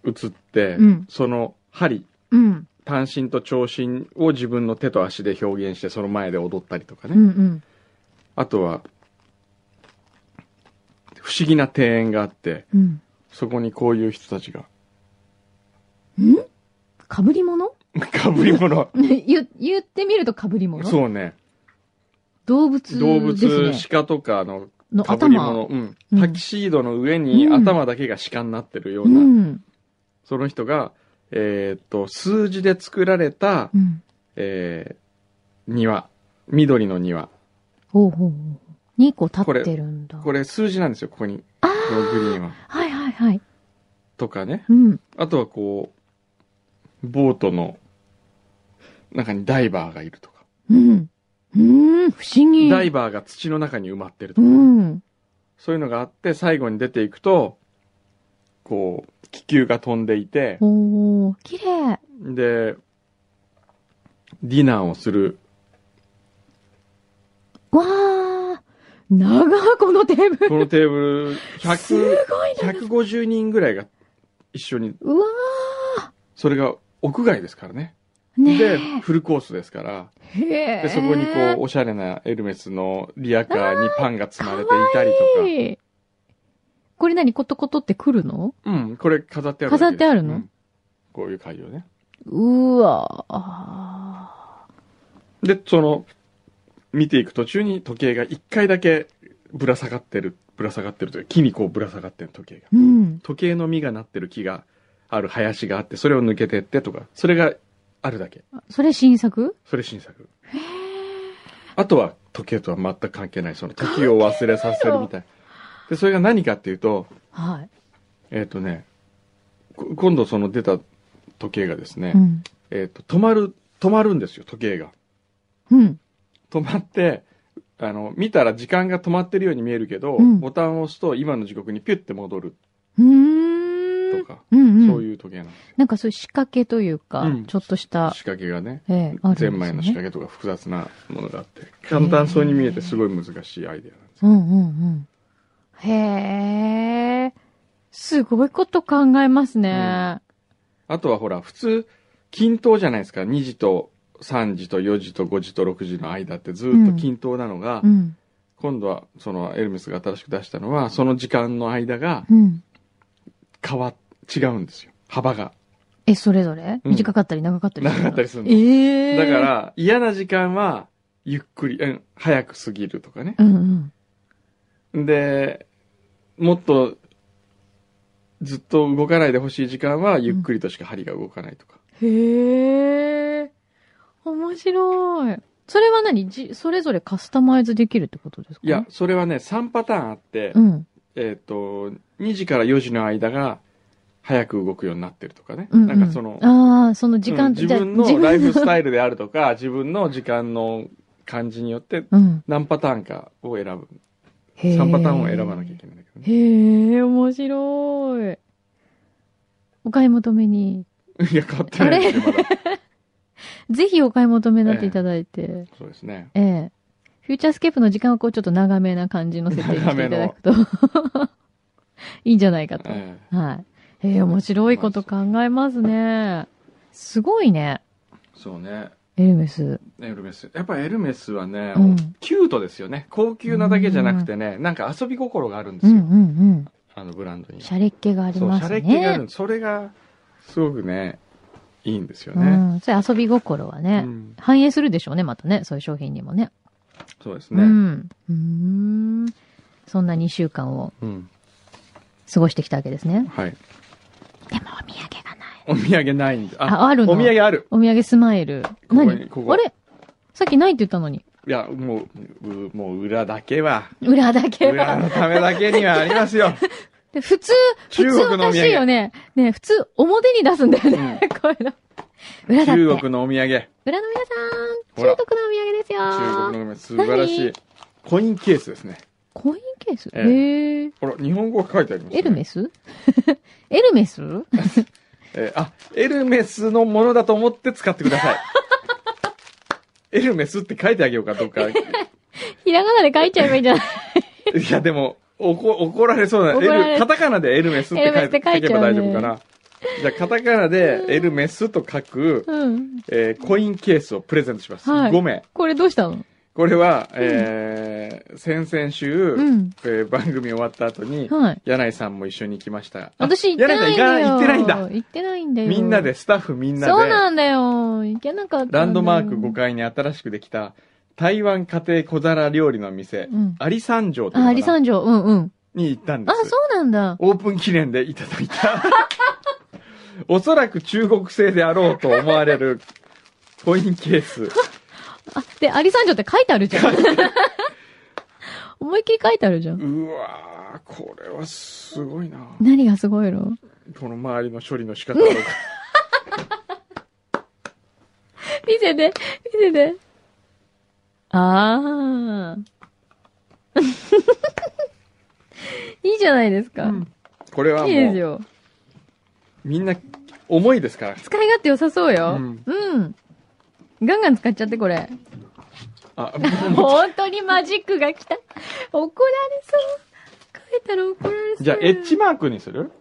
Speaker 1: 映って、
Speaker 2: うん
Speaker 1: その針
Speaker 2: うん。
Speaker 1: 単身と長身を自分の手と足で表現してその前で踊ったりとかね、
Speaker 2: うんうん。
Speaker 1: あとは不思議な庭園があって
Speaker 2: うん。
Speaker 1: そこにこういう人たちが
Speaker 2: かぶり物
Speaker 1: かぶり物。
Speaker 2: 言言ってみるとかぶり物。
Speaker 1: そうね。
Speaker 2: 動物ですね。
Speaker 1: 動物、鹿とかの
Speaker 2: の
Speaker 1: かぶり
Speaker 2: 頭。
Speaker 1: 物。うん。
Speaker 2: うん
Speaker 1: タキシードの上に
Speaker 2: うん
Speaker 1: 頭だけが鹿になってるよう
Speaker 2: う
Speaker 1: な、
Speaker 2: ん。
Speaker 1: その人が、えーっと、数字で作られた
Speaker 2: う、ん。
Speaker 1: えー庭。緑の庭。
Speaker 2: ほうほうほう。にこう立ってるんだ。
Speaker 1: これ数字なんですよ、ここに。
Speaker 2: あ
Speaker 1: このグリーンは。
Speaker 2: あはいはいはい。
Speaker 1: とかね。
Speaker 2: うん。
Speaker 1: あとはこう、ボートの中にダイバーがいるとか。
Speaker 2: うん。うん、不思議。
Speaker 1: ダイバーが土の中に埋まってると
Speaker 2: う
Speaker 1: か。
Speaker 2: ん。
Speaker 1: そういうのがあって、最後に出ていくと、こう、気球が飛んでいて、
Speaker 2: おー、綺麗。
Speaker 1: で、ディナーをする。
Speaker 2: わー。長いこのテーブル。
Speaker 1: このテーブル、
Speaker 2: すごい
Speaker 1: 100、
Speaker 2: な。
Speaker 1: 150人ぐらいが一緒に、
Speaker 2: うわ
Speaker 1: それが屋外ですからね。
Speaker 2: ー。ね
Speaker 1: で、
Speaker 2: え。
Speaker 1: フルコースですから。
Speaker 2: へ
Speaker 1: で、そこにこう、
Speaker 2: う、
Speaker 1: おしゃれなエルメスのリアカーにパンが積まれていたり
Speaker 2: かわ
Speaker 1: と
Speaker 2: いいこれ何コトコトって来るの
Speaker 1: か。うん、これ飾ってあるだけです
Speaker 2: 飾ってあるの
Speaker 1: うんこういう会場ね。
Speaker 2: うわー。
Speaker 1: で、その、見ていく途中に時計が一回だけぶら下がってる、ぶら下がってるというか木にこうぶら下がってる時計が。
Speaker 2: うん。
Speaker 1: 時計の実がなってる木がある林があって、それを抜けてってとか、それがあるだけ。
Speaker 2: あそれ新作
Speaker 1: それ新作。あとは時計とは全く関係ない、その時を忘れさせるみたいな。で、それが何かっていうと、
Speaker 2: は
Speaker 1: えっ、とね、こ今度その出た時計がですね、
Speaker 2: い。うん。
Speaker 1: えっ、と、止まる、止まるんですよ、時計が。
Speaker 2: うん。
Speaker 1: 止まって、あの、見たら時間が止まってるように見えるけど、
Speaker 2: うん
Speaker 1: ボタンを押すと今の時刻にピュッて戻る
Speaker 2: うー
Speaker 1: と
Speaker 2: ん。
Speaker 1: か、
Speaker 2: うん
Speaker 1: そう
Speaker 2: うん。
Speaker 1: いう時計なんですよ。
Speaker 2: なんかそういう仕掛けというか、
Speaker 1: うん
Speaker 2: ちょっとした、
Speaker 1: 仕掛けがね、
Speaker 2: ええあるんです
Speaker 1: ゼ
Speaker 2: よ
Speaker 1: ン
Speaker 2: ね
Speaker 1: マイの仕掛けとか複雑なものがあって、簡単そうに見えてすごい難しいアイデアなんです。
Speaker 2: うんうんうん。へえ。すごいこと考えますね。
Speaker 1: あとはほら、普通、均等じゃないですか。2時と3時と4時と5時と6時の間ってずっと均等なのが、
Speaker 2: うん。
Speaker 1: 今度はそのエルメスが新しく出したのは、その時間の間が
Speaker 2: うん。
Speaker 1: 変わ、違うんですよ。幅が。
Speaker 2: え、それぞれ
Speaker 1: うん
Speaker 2: 短かったり長かったり
Speaker 1: 長かったりするの
Speaker 2: ええ
Speaker 1: だか、ら、嫌な時間は、ゆっくり、うん、早く過ぎるとかね。
Speaker 2: うんうん。
Speaker 1: で、もっと、ずっと動かないでほしい時間は、ゆっくりとしか針が動かないとか。
Speaker 2: へえ。面白い。それは何じそれぞれカスタマイズできるってことですか
Speaker 1: いや、。それはね、3パターンあって、
Speaker 2: うん。
Speaker 1: えっ、と、2時から4時の間が、早く動くようになってるとかね。
Speaker 2: うんうん
Speaker 1: なんかその、
Speaker 2: ああ、その時間、
Speaker 1: うん自分の
Speaker 2: じゃあ
Speaker 1: ライフス
Speaker 2: イ
Speaker 1: タイルであるとか、自分の時間の感じによって、
Speaker 2: ル。うん。
Speaker 1: 何パターンかを選ぶ。
Speaker 2: へえ
Speaker 1: 3パターンを選ばなきゃいけないんだけどね。
Speaker 2: へえ、面白い。お買い求めに。
Speaker 1: いや、買ってないですよ、まだ。
Speaker 2: ぜひお買い求めになっていただいて。
Speaker 1: そうですね。
Speaker 2: ええフューチャースケープの時間はこうちょっと長めな感じの設定にしていただくと。 いいんじゃないかと。
Speaker 1: ええ
Speaker 2: はい。ええ面白いこと考えますね。すごいね。
Speaker 1: そうね。
Speaker 2: エルメス。
Speaker 1: エルメス。やっぱエルメスはね、
Speaker 2: うん
Speaker 1: キュートですよね。高級なだけじゃなくてね、なんか遊び心があるんで
Speaker 2: う
Speaker 1: す
Speaker 2: んう
Speaker 1: よ。
Speaker 2: んうん。
Speaker 1: あのブランドには。
Speaker 2: シャレっ気があり
Speaker 1: そう、
Speaker 2: ま
Speaker 1: シャ
Speaker 2: す
Speaker 1: レ
Speaker 2: ね。
Speaker 1: っ気があるんですそれが、すごくね、いいんですよ
Speaker 2: う
Speaker 1: ね。
Speaker 2: ん。それ遊び心は
Speaker 1: う
Speaker 2: ね、
Speaker 1: ん
Speaker 2: 反映するでしょうね、またね。そういう商品にもね。
Speaker 1: そうです
Speaker 2: う
Speaker 1: ね。
Speaker 2: ん。うーん。そんな2週間を
Speaker 1: うん。
Speaker 2: 過ごしてきたわけですね。
Speaker 1: はい。
Speaker 2: でもお土産がない。
Speaker 1: お土産ないんで。あ、
Speaker 2: あ、あるの
Speaker 1: お土産ある。
Speaker 2: お土産スマイル。
Speaker 1: ここに
Speaker 2: 何
Speaker 1: ここ
Speaker 2: あれさっきないって言ったのに。
Speaker 1: いや、もう、うもう裏だ けは、
Speaker 2: 裏だけ
Speaker 1: 裏
Speaker 2: は。
Speaker 1: のためだけにはありま すよ。
Speaker 2: で普通、普
Speaker 1: 中国の
Speaker 2: 通おかしいよね。ね普通、表に出すんだよね。 こういうの。裏だ
Speaker 1: 中
Speaker 2: って。
Speaker 1: 国の
Speaker 2: 裏の
Speaker 1: お土産。
Speaker 2: 皆さ
Speaker 1: ほら
Speaker 2: ん、中国のお土産ですよ。
Speaker 1: 中国のお土産、素晴らしい。コインケースですね。
Speaker 2: コインケース
Speaker 1: え
Speaker 2: へえ。
Speaker 1: ほら、日本語が書いてあります、ね。
Speaker 2: エルメス エルメス
Speaker 1: えーあ、エルメスのものだと思って使ってください。 エルメスって書いてあげようか、どっか。い
Speaker 2: ひらがなで書いちゃえばいいんじゃない
Speaker 1: や、でも、おこ怒られそうな。
Speaker 2: 怒られ
Speaker 1: エルカタカナでエルメスって書い
Speaker 2: エルメスって書い
Speaker 1: 書
Speaker 2: ち
Speaker 1: け
Speaker 2: ゃ
Speaker 1: ば
Speaker 2: うね
Speaker 1: 大丈夫かな。じゃあ、カタカナでエルメスと書く、
Speaker 2: うん。
Speaker 1: えーコインケースをプレゼントします。
Speaker 2: はい
Speaker 1: 5名。
Speaker 2: これどうしたの
Speaker 1: これは、えー先々週、
Speaker 2: うん
Speaker 1: えー番組終わった後に、
Speaker 2: はい。
Speaker 1: 柳井さんも一緒に行きました。あ
Speaker 2: 私行ってないんだ
Speaker 1: 柳井
Speaker 2: よ。
Speaker 1: さん行かない行ってないんだ。
Speaker 2: 行ってないんだよ。
Speaker 1: みんなで、スタッフみんなで。
Speaker 2: そうなんだよ。行けなかったんだよ
Speaker 1: ランドマーク5階に新しくできた台湾家庭小皿料理の店、
Speaker 2: うん
Speaker 1: アリ三条という
Speaker 2: あ、
Speaker 1: のかな
Speaker 2: アリ三条、うんうん。
Speaker 1: に行ったんで
Speaker 2: あ、
Speaker 1: す。
Speaker 2: そうなんだ。
Speaker 1: オープン記念でいただいた。 おそらく中国製であろうと思われるコインケース。
Speaker 2: あ、で、アリ三条って書いてある じゃん。思いっきり書いてあるじゃん。
Speaker 1: うわー、これはすごいな。
Speaker 2: 何がすごいの
Speaker 1: この周りの処理の仕方とか。
Speaker 2: 見せて、見せて。あー。 いいじゃないですか。
Speaker 1: これはい
Speaker 2: いです
Speaker 1: もう、
Speaker 2: よ。
Speaker 1: みんな重いですか
Speaker 2: 使い勝手良さそうよ。う
Speaker 1: う
Speaker 2: んん。ガンガン使っちゃって、これ。
Speaker 1: ら。あ、
Speaker 2: 本当にマジックが来た。怒られそう。書いたら怒られそう。
Speaker 1: じゃあ、エッジマークにする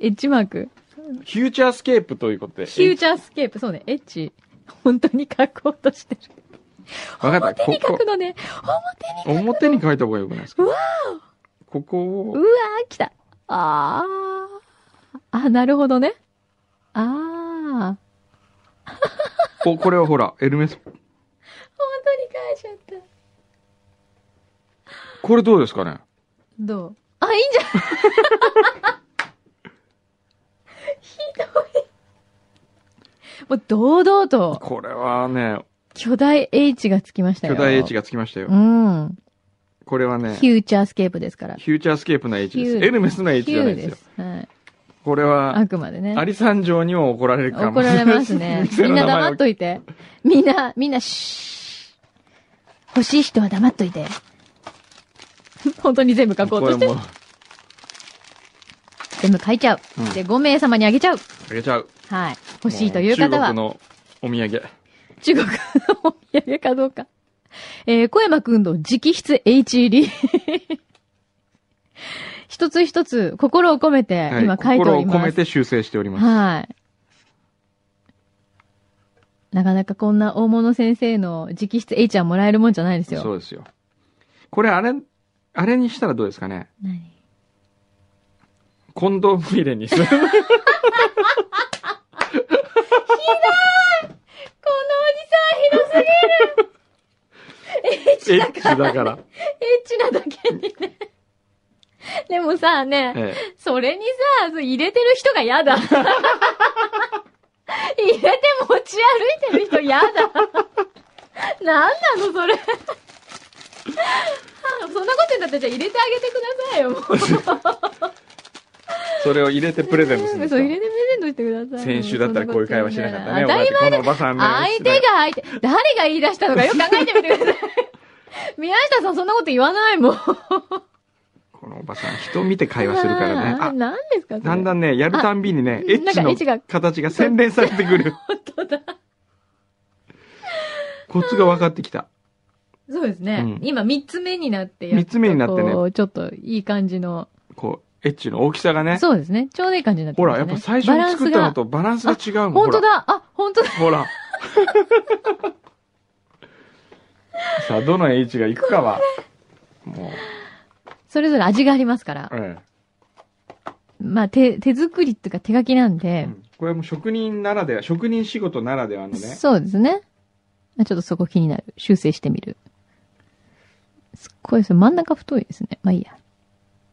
Speaker 2: エッジマーク。
Speaker 1: フューチャースケープということで。
Speaker 2: フューチャースケープ、そうね、エッチ。本当に書こうとしてる。
Speaker 1: わかった。
Speaker 2: 手に書
Speaker 1: ここ
Speaker 2: くのね。表に。
Speaker 1: 表に書いた方がよくないですか
Speaker 2: うわ
Speaker 1: ここ
Speaker 2: う
Speaker 1: を
Speaker 2: わー、来た。あー。あ、なるほどね。あー。
Speaker 1: ここれはほらエルメスこれどうですかね
Speaker 2: どうあ、いいんじゃ ないひどい。もう堂々と
Speaker 1: これはね、
Speaker 2: 巨大 H がつきましたよ。
Speaker 1: 巨大 H
Speaker 2: が。
Speaker 1: がつきましたよ。
Speaker 2: うん。
Speaker 1: これはね、
Speaker 2: フューチャースケープですから。
Speaker 1: フューチャースケープの H です。
Speaker 2: ヒュー
Speaker 1: エルメスの H じゃないですよ。
Speaker 2: す。はい。
Speaker 1: これは
Speaker 2: あ、くまでね
Speaker 1: ア。リさん城にも怒られるかも。
Speaker 2: 怒られますね みんな
Speaker 1: 名前
Speaker 2: 黙
Speaker 1: を
Speaker 2: っといて。みんな、みんな、シー欲しい人は黙っといて。 本当に全部書こうとして
Speaker 1: これ
Speaker 2: る。
Speaker 1: もう
Speaker 2: 全部書いちゃう。
Speaker 1: うん
Speaker 2: で、5名様にあげちゃう。
Speaker 1: あげちゃう。
Speaker 2: はい。欲しいという方は、
Speaker 1: もう中国のお土産。
Speaker 2: 中国のお土産かどうか。 えー、小山くんの直筆 H 入り。 一つ一つ心を込めて
Speaker 1: はい
Speaker 2: 今書いております。
Speaker 1: 心を込めて修正しております。
Speaker 2: はい。なかなかこんな大物先生の直筆 H はもらえるもんじゃないですよ。
Speaker 1: そうですよ。これあれ、あれにしたらどうですかね
Speaker 2: 何
Speaker 1: コンドーム入れ にする。
Speaker 2: このおじさんひどすぎる H だ
Speaker 1: H
Speaker 2: から
Speaker 1: だから。
Speaker 2: H なだけに ね。でもさ、ね、
Speaker 1: え
Speaker 2: それにさ、そう入れてる人が 嫌だ。入れて持ち歩いてる人嫌だ。なんなのそれ。そんなこと言うんだったらじゃあ入れてあげてくださいよ、もう。
Speaker 1: えそれを入れてプレゼントするんです
Speaker 2: そう、入れ
Speaker 1: よ。
Speaker 2: てプレゼントしてください。
Speaker 1: 先週だったらこういう会話しなかったね。
Speaker 2: 当たり前
Speaker 1: こ
Speaker 2: で
Speaker 1: のおばさんね。
Speaker 2: 相手が相手、誰が言い出したのかよく考えてみてください。宮下さんそんなこと言わないもん。
Speaker 1: このおばさん、人見て会話するからね。
Speaker 2: あ
Speaker 1: あ、
Speaker 2: 何ですかそれ
Speaker 1: だんだんね、やるたんびにね、
Speaker 2: あ
Speaker 1: エッチ
Speaker 2: なんか H
Speaker 1: の
Speaker 2: が
Speaker 1: 形が洗練されてく る。
Speaker 2: 本当だ。
Speaker 1: コツが分かってきた。
Speaker 2: そうですね。
Speaker 1: うん
Speaker 2: 今3つ目になってやっと
Speaker 1: 三つ目になってね
Speaker 2: こうちょっといい感じの。
Speaker 1: こう、エッチの大きさがね。
Speaker 2: そうですね。ちょうどいい感じになって
Speaker 1: ほ
Speaker 2: ます
Speaker 1: ら、や
Speaker 2: ね。
Speaker 1: っぱ最初に作ったのとバランスが違うもん。
Speaker 2: 本当だ。あ、本当だ。
Speaker 1: ほら。 さあ、どの H が行くかは。も
Speaker 2: それぞれ味がありますから
Speaker 1: う、。え
Speaker 2: まあ、手、手作りっていうか手書きなん
Speaker 1: え
Speaker 2: で、
Speaker 1: これも職人ならでは、職人仕事ならではのね。
Speaker 2: そうですね。あちょっとそこ気になる。修正してみる。すっごいですね。真ん中太いですね。まあいいや。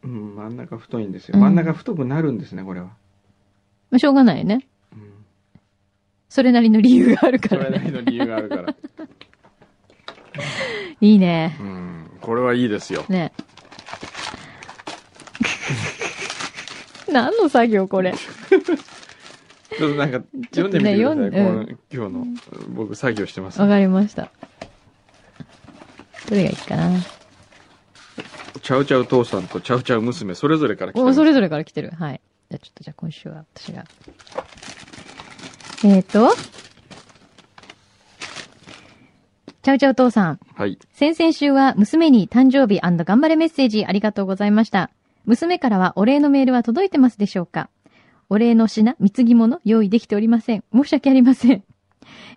Speaker 1: うん、真ん中太いんですよ。
Speaker 2: うん
Speaker 1: 真ん中太くなるんですね、これは。
Speaker 2: まあ、しょうがないよね。
Speaker 1: うん
Speaker 2: それなりの理由があるか
Speaker 1: そ
Speaker 2: ら
Speaker 1: れな
Speaker 2: ね。
Speaker 1: りの理由があるから。
Speaker 2: いいね。
Speaker 1: うん、これはいいですよ。
Speaker 2: ね。何の作業これ。
Speaker 1: ちょっとなんか、読んでみてください。
Speaker 2: ちょっとね
Speaker 1: この今日の、僕作業してます。
Speaker 2: わかりました。どれがいいかな。
Speaker 1: チャウチャウ父さんとチャウチャウ娘、それぞれから来て
Speaker 2: お、
Speaker 1: ます
Speaker 2: それぞれから来てる。はい。じゃあちょっとじゃあ今週は私が。えっ、ー、と。ちゃうちゃう父さん。
Speaker 1: はい。
Speaker 2: 先々週は娘に誕生日頑張れメッセージありがとうございました。娘からはお礼のメールは届いてますでしょうかお礼の品、貢ぎ物、用意できておりません。申し訳ありません。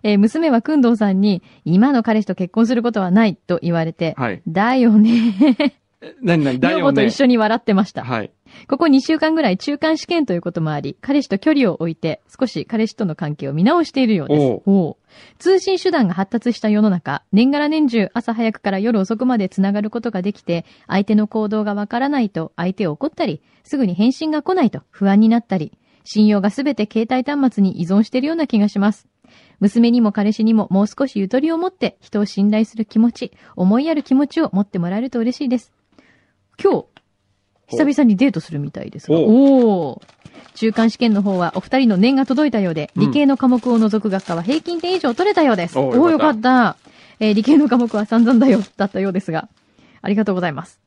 Speaker 2: えー娘はくんどうさんに、今の彼氏と結婚することはないと言われて、
Speaker 1: はい。
Speaker 2: だよね。
Speaker 1: 何何だ
Speaker 2: 女
Speaker 1: よ
Speaker 2: 房と
Speaker 1: ね
Speaker 2: 一。緒に笑ってました。
Speaker 1: はい。
Speaker 2: ここ2週間ぐらい中間試験ということもあり、彼氏と距離を置いて、少し彼氏との関係を見直しているようです。
Speaker 1: おう
Speaker 2: おう通信手段が発達した世の中、年がら年中朝早くから夜遅くまでつながることができて、相手の行動がわからないと相手を怒ったり、すぐに返信が来ないと不安になったり、信用がすべて携帯端末に依存しているような気がします。娘にも彼氏にももう少しゆとりを持って人を信頼する気持ち、思いやる気持ちを持ってもらえると嬉しいです。今日、久々にデートするみたいですが。
Speaker 1: お
Speaker 2: おー中間試験の方はお二人の念が届いたようで、
Speaker 1: うん
Speaker 2: 理系の科目を除く学科は平均点以上取れたようです。
Speaker 1: おー
Speaker 2: ー
Speaker 1: よ
Speaker 2: よ
Speaker 1: か
Speaker 2: か
Speaker 1: っ
Speaker 2: った。えー理系の科目は散々だよ、だったようですが。ありがとうございます。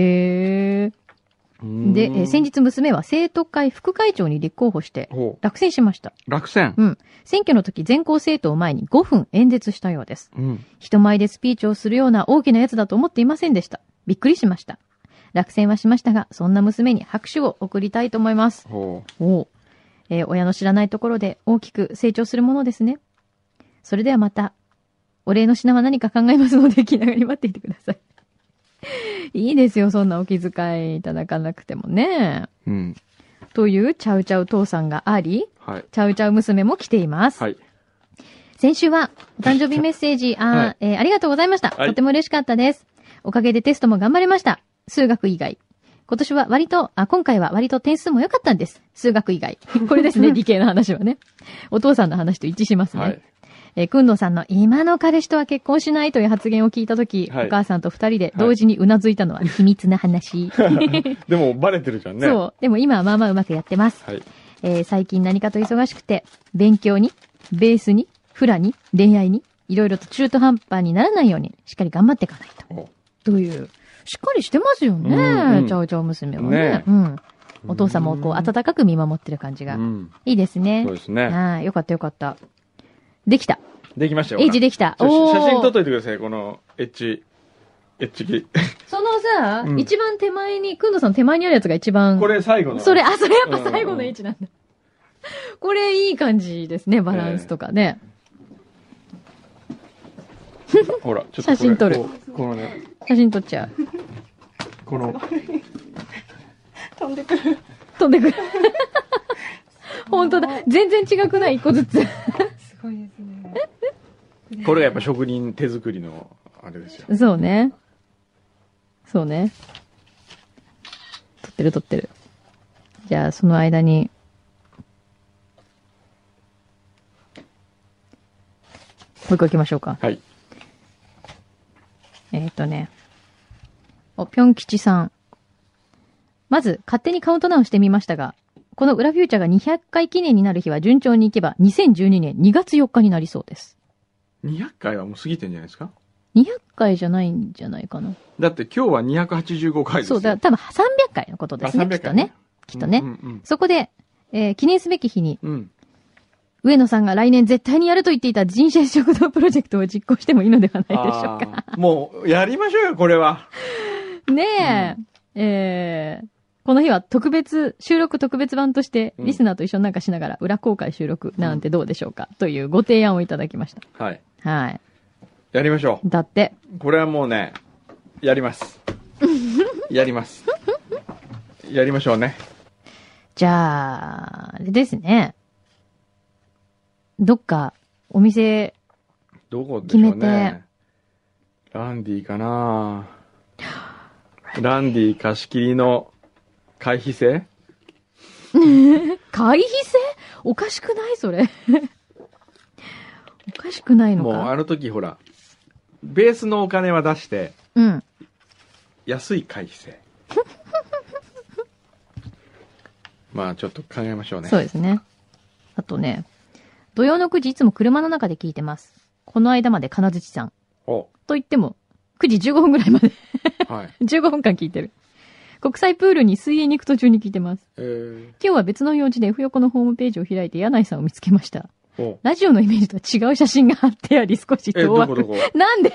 Speaker 2: へー。で、えー先
Speaker 1: 日。
Speaker 2: 日娘は生徒会副会長に立候補して、
Speaker 1: ほ
Speaker 2: 落選しました。
Speaker 1: う。落選。
Speaker 2: 選挙の時全校生徒を前に5分演説したようです。
Speaker 1: うん。
Speaker 2: 人前でスピーチをするような大きなやつだと思っていませんでした。びっくりしました。落選はしましたが、そんな娘に拍手を送りたいと思います。
Speaker 1: ほ
Speaker 2: おうえー親の知らないところで大きく成長するものですね。それではまた、お礼の品は何か考えますので、気長に待っていてください。 いいですよ、そんなお気遣いいただかなくてもね。
Speaker 1: う。うん。
Speaker 2: という、ちゃうちゃう父さんがあり、
Speaker 1: はい。
Speaker 2: ちゃうちゃう娘も来ています。
Speaker 1: はい。
Speaker 2: 先週は、お誕生日メッセージ、あー、
Speaker 1: はい
Speaker 2: えーありがとうございました。
Speaker 1: はい
Speaker 2: とても嬉しかったです。おかげでテストも頑張れました。数学以外。今年は割と、あ、今回は割と点数も良かったんです。数学 以外。これですね、理系の話はね。お父さんの話と一致しますね。
Speaker 1: はい。
Speaker 2: えー、くんどうさんの今の彼氏とは結婚しないという発言を聞いたとき、
Speaker 1: はい
Speaker 2: お母さんと二人で同時にうなずいたのは秘密な 話。
Speaker 1: でも、バレてるじゃんね。
Speaker 2: そう。でも今はまあまあうまくやってます。
Speaker 1: はい。
Speaker 2: えー最近何かと忙しくて、勉強に、ベースに、フラに、恋愛に、いろいろと中途半端にならないように、しっかり頑張っていかないと。
Speaker 1: お
Speaker 2: という。しっかりしてますよね。
Speaker 1: うんうん
Speaker 2: ちょうちょう娘はね。
Speaker 1: ね
Speaker 2: うん。お父さんもこう、温かく見守ってる感じが。
Speaker 1: うん。
Speaker 2: いいですね
Speaker 1: そう。ですね。
Speaker 2: はい。よかったよかった。できた。
Speaker 1: できましたよ。
Speaker 2: エイジできた。
Speaker 1: じゃあ
Speaker 2: おー
Speaker 1: 写真撮っといてください、この、エッジ、エッジ切り。
Speaker 2: そのさ、
Speaker 1: うん
Speaker 2: 一番手前に、くんどさんの手前にあるやつが一番。
Speaker 1: これ最後の。
Speaker 2: それ、あ、それやっぱ最後の位置なんだ。これいい感じですね、バランスとかね。
Speaker 1: ほら、ちょっとこれ。
Speaker 2: 写真撮る
Speaker 1: こうこのね、
Speaker 2: 写真撮っちゃう。
Speaker 1: この、
Speaker 3: 飛んでくる。
Speaker 2: 飛んで くる。本当だ。全然違くない一個ずつ。
Speaker 3: すごいですね。
Speaker 1: これがやっぱ職人手作りの、あれですよ。
Speaker 2: そうね。そうね。撮ってる撮ってる。じゃあ、その間に。もう一個行きましょうか。
Speaker 1: はい。
Speaker 2: えーっ、とね。お、ぴょん吉さん。まず、勝手にカウントダウンしてみましたが、この裏フューチャーが200回記念になる日は順調にいけば、2012年2月4日になりそうです。
Speaker 1: 200回はもう過ぎてんじゃないですか
Speaker 2: 200回じゃないんじゃないかな。
Speaker 1: だって今日は285回です
Speaker 2: そ
Speaker 1: よ。
Speaker 2: うだ、多分300回のことですね、
Speaker 1: あ
Speaker 2: き
Speaker 1: 300
Speaker 2: っとね。きっとね。
Speaker 1: うんうん
Speaker 2: そこで、えー記念すべき日に、
Speaker 1: うん。うん
Speaker 2: 上野さんが来年絶対にやると言っていた人生食堂プロジェクトを実行してもいいのではないでしょうか。
Speaker 1: あーもう、やりましょうよ、これは。
Speaker 2: ねえ、えーこの日は特別、収録特別版として、
Speaker 1: うん
Speaker 2: リスナーと一緒になんかしながら裏公開収録なんてどうでしょうか、というご提案をいただきました。
Speaker 1: はい。
Speaker 2: はい。
Speaker 1: やりましょ
Speaker 2: だって、
Speaker 1: う。これはもうね、や ります。やります。やりましょうね。
Speaker 2: じゃあ、あれですね。どっか、お店、
Speaker 1: どこでしょう
Speaker 2: 決め
Speaker 1: ね。ランディかなランディ貸し切りの回避制
Speaker 2: 回避制おかしくないそれ。 おかしくないの
Speaker 1: もう
Speaker 2: か
Speaker 1: あの時ほら、ベースのお金は出して、
Speaker 2: うん。
Speaker 1: 安い回避 制。まあちょっと考えましょうね。
Speaker 2: そうですね。あとね、土曜の9時いつも車の中で聞いてます。この間まで金槌さん。
Speaker 1: お、
Speaker 2: と言っても、9時15分ぐらいまで、
Speaker 1: はい。
Speaker 2: 15分間聞いてる。国際プールに水泳に行く途中に聞いてます。
Speaker 1: えー、
Speaker 2: 今日は別の用事で F 横のホームページを開いて柳井さんを見つけました。
Speaker 1: お、
Speaker 2: ラジオのイメージとは違う写真が貼ってあり少し
Speaker 1: え、
Speaker 2: 遠
Speaker 1: どこ
Speaker 2: 惑。
Speaker 1: どこ
Speaker 2: なんで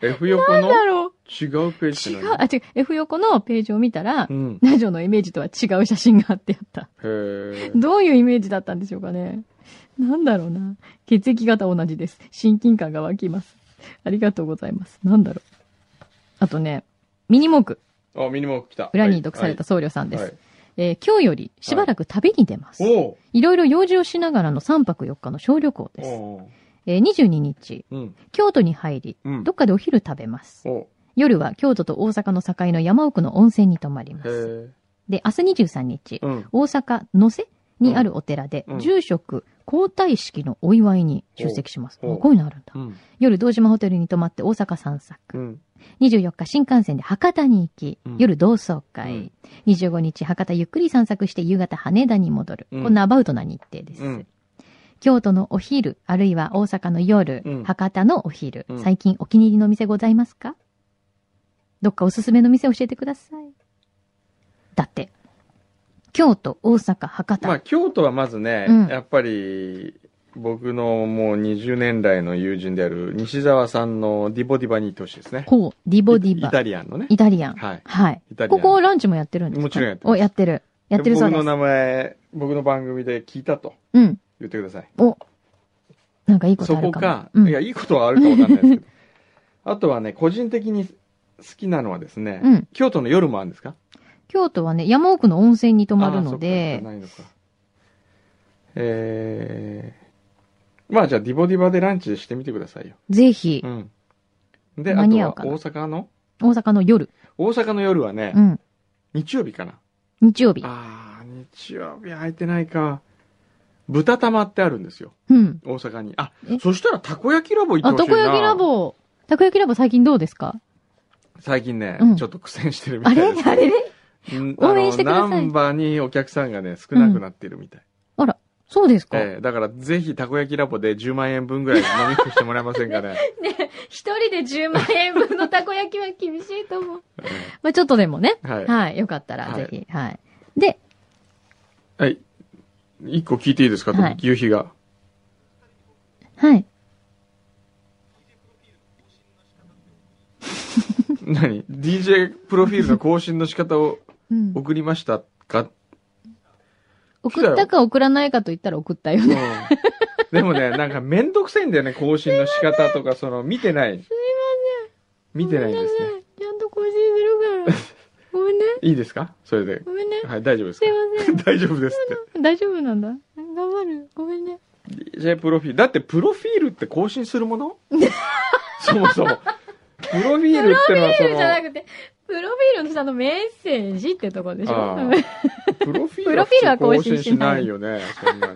Speaker 1: ?F 横の
Speaker 2: だろう
Speaker 1: 違うページ
Speaker 2: 違
Speaker 1: って
Speaker 2: う、あ、
Speaker 1: 何
Speaker 2: 違う、F 横のページを見たら
Speaker 1: う、ん。
Speaker 2: ラジオのイメージとは違う写真が貼ってあった。
Speaker 1: へえ。
Speaker 2: どういうイメージだったんでしょうかね。なんだろうな。血液型同じです。親近感が湧きます。ありがとうございます。なんだろう。あとね、ミニモーク、
Speaker 1: あ、ミニモーク来た。
Speaker 2: 裏に読された僧侶さんです。
Speaker 1: はいはい
Speaker 2: えー今日よりしばらく旅に出ます。
Speaker 1: おう
Speaker 2: いろいろ用事をしながらの3泊4日の小旅行です。
Speaker 1: おう
Speaker 2: えー22日、
Speaker 1: うん。
Speaker 2: 京都に入り、
Speaker 1: うん
Speaker 2: どっかでお昼食べます。
Speaker 1: おう
Speaker 2: 夜は京都と大阪の境の山奥の温泉に泊まりま
Speaker 1: へ
Speaker 2: す。
Speaker 1: え。
Speaker 2: で、明日23日、
Speaker 1: うん。
Speaker 2: 大阪野瀬にあるお寺で、
Speaker 1: うん
Speaker 2: 住職交代式のお祝いに出席します。あ
Speaker 1: おう
Speaker 2: こういうのあるんだ
Speaker 1: う。ん。
Speaker 2: 夜、堂島ホテルに泊まって大阪散
Speaker 1: う
Speaker 2: 策。
Speaker 1: ん。
Speaker 2: 24日、新幹線で博多に行き
Speaker 1: うん、
Speaker 2: 夜、同窓
Speaker 1: う
Speaker 2: 会
Speaker 1: ん。
Speaker 2: 25日、博多ゆっくり散策して、夕方、羽田に戻る。
Speaker 1: うん
Speaker 2: こんなアバウトな日程です。
Speaker 1: うん
Speaker 2: 京都のお昼、あるいは大阪の夜、
Speaker 1: うん
Speaker 2: 博多のお昼、
Speaker 1: うん
Speaker 2: 最近お気に入りの店ございますかどっかおすすめの店教えてください。だって、京都、大阪、博多。
Speaker 1: まあ、京都はまずね、
Speaker 2: うん
Speaker 1: やっぱり、僕のもう20年来の友人である西澤さんのディボディバに行ってほしいですね。
Speaker 2: ほう、ディボディバ。
Speaker 1: イタリアンのね。
Speaker 2: イタリアン。
Speaker 1: はい。
Speaker 2: はい。
Speaker 1: イタリアン。
Speaker 2: ここランチもやってるんですか
Speaker 1: もちろんやってます
Speaker 2: お、やってる。やってるそう
Speaker 1: 僕
Speaker 2: で
Speaker 1: の
Speaker 2: す。
Speaker 1: 名前、僕の番組で聞いたと
Speaker 2: うん。
Speaker 1: 言ってください。
Speaker 2: お。なんかいいこと
Speaker 1: そ
Speaker 2: ある
Speaker 1: こ
Speaker 2: かも。
Speaker 1: か、
Speaker 2: うん
Speaker 1: いや、いいことはあるかわかんないですけど。あとはね、個人的に好きなのはですね、
Speaker 2: うん
Speaker 1: 京都の夜もあるんですか
Speaker 2: 京都はね、山奥の温泉に泊まるの
Speaker 1: あーそっか
Speaker 2: で
Speaker 1: じゃ、ないのかえー、まあじゃあディボディバでランチしてみてくださいよ。
Speaker 2: ぜひ
Speaker 1: う、ん。で、あ
Speaker 2: 間
Speaker 1: と
Speaker 2: に合う
Speaker 1: は
Speaker 2: かな
Speaker 1: 大阪の
Speaker 2: 大阪の夜。
Speaker 1: 大阪の夜はね、
Speaker 2: うん。
Speaker 1: 日曜日かな。
Speaker 2: 日曜日。
Speaker 1: ああ、日曜日空いてないか。豚玉ってあるんですよ。
Speaker 2: うん。
Speaker 1: 大阪に。あ
Speaker 2: え、
Speaker 1: そしたらたこ焼きラボ行
Speaker 2: あ、
Speaker 1: って
Speaker 2: た
Speaker 1: ほし
Speaker 2: こ
Speaker 1: いな。
Speaker 2: 焼きラボ。たこ焼きラボ最近どうですか
Speaker 1: 最近ね、
Speaker 2: うん
Speaker 1: ちょっと苦戦してるみた
Speaker 2: あ
Speaker 1: いで
Speaker 2: れ
Speaker 1: す。
Speaker 2: あれれ
Speaker 1: うん
Speaker 2: 応援してください
Speaker 1: あの、ナンバーにお客さんがね、少なくなってるみたい。
Speaker 2: そうですか、
Speaker 1: ええだからぜひたこ焼きラボで10万円分ぐらい飲み食いしてもらえませんか ね。
Speaker 2: ね一人で10万円分のたこ焼きは厳しいと思う。
Speaker 1: え
Speaker 2: まあちょっとでもね。
Speaker 1: えはい。
Speaker 2: はい。よかったら、
Speaker 1: はい
Speaker 2: ぜひ。はい。で、
Speaker 1: はい。一個聞いていいですか、
Speaker 2: はい
Speaker 1: 夕日 が。
Speaker 2: はい。
Speaker 1: 何 ?DJ プロフィールの更新の仕方を
Speaker 2: うん。
Speaker 1: 送りましたか、
Speaker 2: 送ったか送らないかと言ったら送ったよ
Speaker 1: うん
Speaker 2: ね。、
Speaker 1: でもね、なんかめんどくさいんだよね、更新の仕方とか、その、見てない。すいません。 見てないんですね。
Speaker 2: ちゃんと更新する から。ごめんね。
Speaker 1: いいですかそれで。
Speaker 2: ごめんね。
Speaker 1: はい、大丈夫です
Speaker 2: す
Speaker 1: か
Speaker 2: いません。
Speaker 1: 大丈夫ですって。
Speaker 2: 大丈夫なんだ。頑張る。ごめんね。
Speaker 1: DJ プロフィール。だってプロフィールって更新するも のそもそも。プロフィールってのは
Speaker 2: プロフ
Speaker 1: そ
Speaker 2: ィールじゃな
Speaker 1: の、
Speaker 2: くて、プロフィールの下のメッセージってとこでしょ
Speaker 1: ああ プロフィール
Speaker 2: プロフィー
Speaker 1: は
Speaker 2: ルは
Speaker 1: 普通
Speaker 2: 更
Speaker 1: 更新
Speaker 2: 新
Speaker 1: し
Speaker 2: し
Speaker 1: な
Speaker 2: ない
Speaker 1: いよね、そんなに。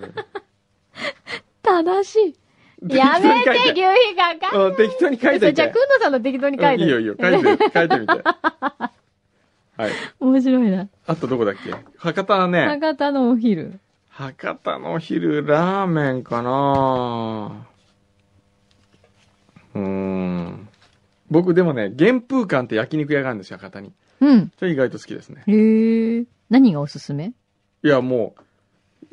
Speaker 2: 正しい。やめて、牛皮がか
Speaker 1: うん適当に書いて
Speaker 2: そ
Speaker 1: み
Speaker 2: うじゃあ、
Speaker 1: て
Speaker 2: く。んのさんの適当に書いて。
Speaker 1: うんいいよいいよ、書いて、 書いてみて。はい。
Speaker 2: 面白いな。
Speaker 1: あとどこだっけ博多はね、
Speaker 2: 博多のお昼。
Speaker 1: 博多のお昼、ラーメンかなうーん。僕でもね、玄風館って焼肉屋があるんですよ、博多に。
Speaker 2: うん。
Speaker 1: それ意外と好きですね。
Speaker 2: へえ。何がおすすめ
Speaker 1: いや、も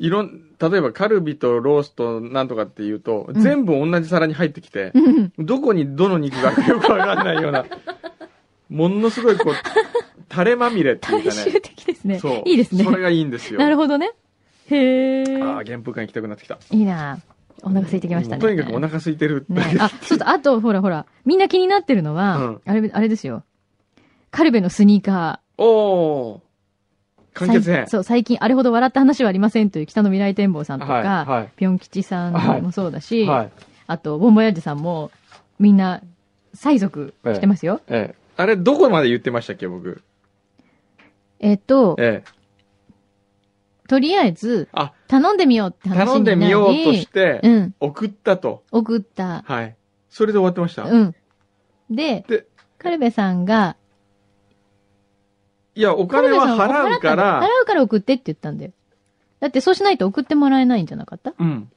Speaker 1: う、いろん、例えばカルビとロースとなんとかっていうと、
Speaker 2: うん
Speaker 1: 全部同じ皿に入ってきて、
Speaker 2: うん。
Speaker 1: どこにどの肉があるかよくわかんない ような、ものすごいこう、タレまみれっていう
Speaker 2: 大
Speaker 1: か
Speaker 2: 衆
Speaker 1: ね。
Speaker 2: 的ですね。
Speaker 1: そう。
Speaker 2: いいですね
Speaker 1: そ。れがいいんですよ。
Speaker 2: なるほどね。へえ。
Speaker 1: ああ、原風館行きたくなってきた。
Speaker 2: いいなお腹空いてきましたね。
Speaker 1: とにかくお腹空いてる。
Speaker 2: ねあ、ちょっと、あと、ほらほら、みんな気になってるのは、
Speaker 1: うん
Speaker 2: あれ、あれですよ。カルベのスニーカ
Speaker 1: おお
Speaker 2: ー。
Speaker 1: 完結編
Speaker 2: 最。そう、最近あれほど笑った話はありませんという北の未来展望さんとか、
Speaker 1: は
Speaker 2: ぴょん吉さんもそうだ
Speaker 1: い。
Speaker 2: し、
Speaker 1: はい。
Speaker 2: あと、ボンボヤージュさんも、みんな、催促してますよ。
Speaker 1: ええ。あれ、どこまで言ってましたっけ、僕。
Speaker 2: えっと、
Speaker 1: ええ。
Speaker 2: とりあえず
Speaker 1: あ、
Speaker 2: 頼んでみようって話になり
Speaker 1: 頼んでみようとして、
Speaker 2: うん、
Speaker 1: 送ったと。
Speaker 2: 送った。
Speaker 1: はい。それで終わってました。
Speaker 2: うん。で、
Speaker 1: で
Speaker 2: カルベさんが、
Speaker 1: いや、お金は払うか
Speaker 2: 払
Speaker 1: ら、
Speaker 2: うから送ってって言ったんだよ。だってそうしないと送ってもらえないんじゃなかった
Speaker 1: うん。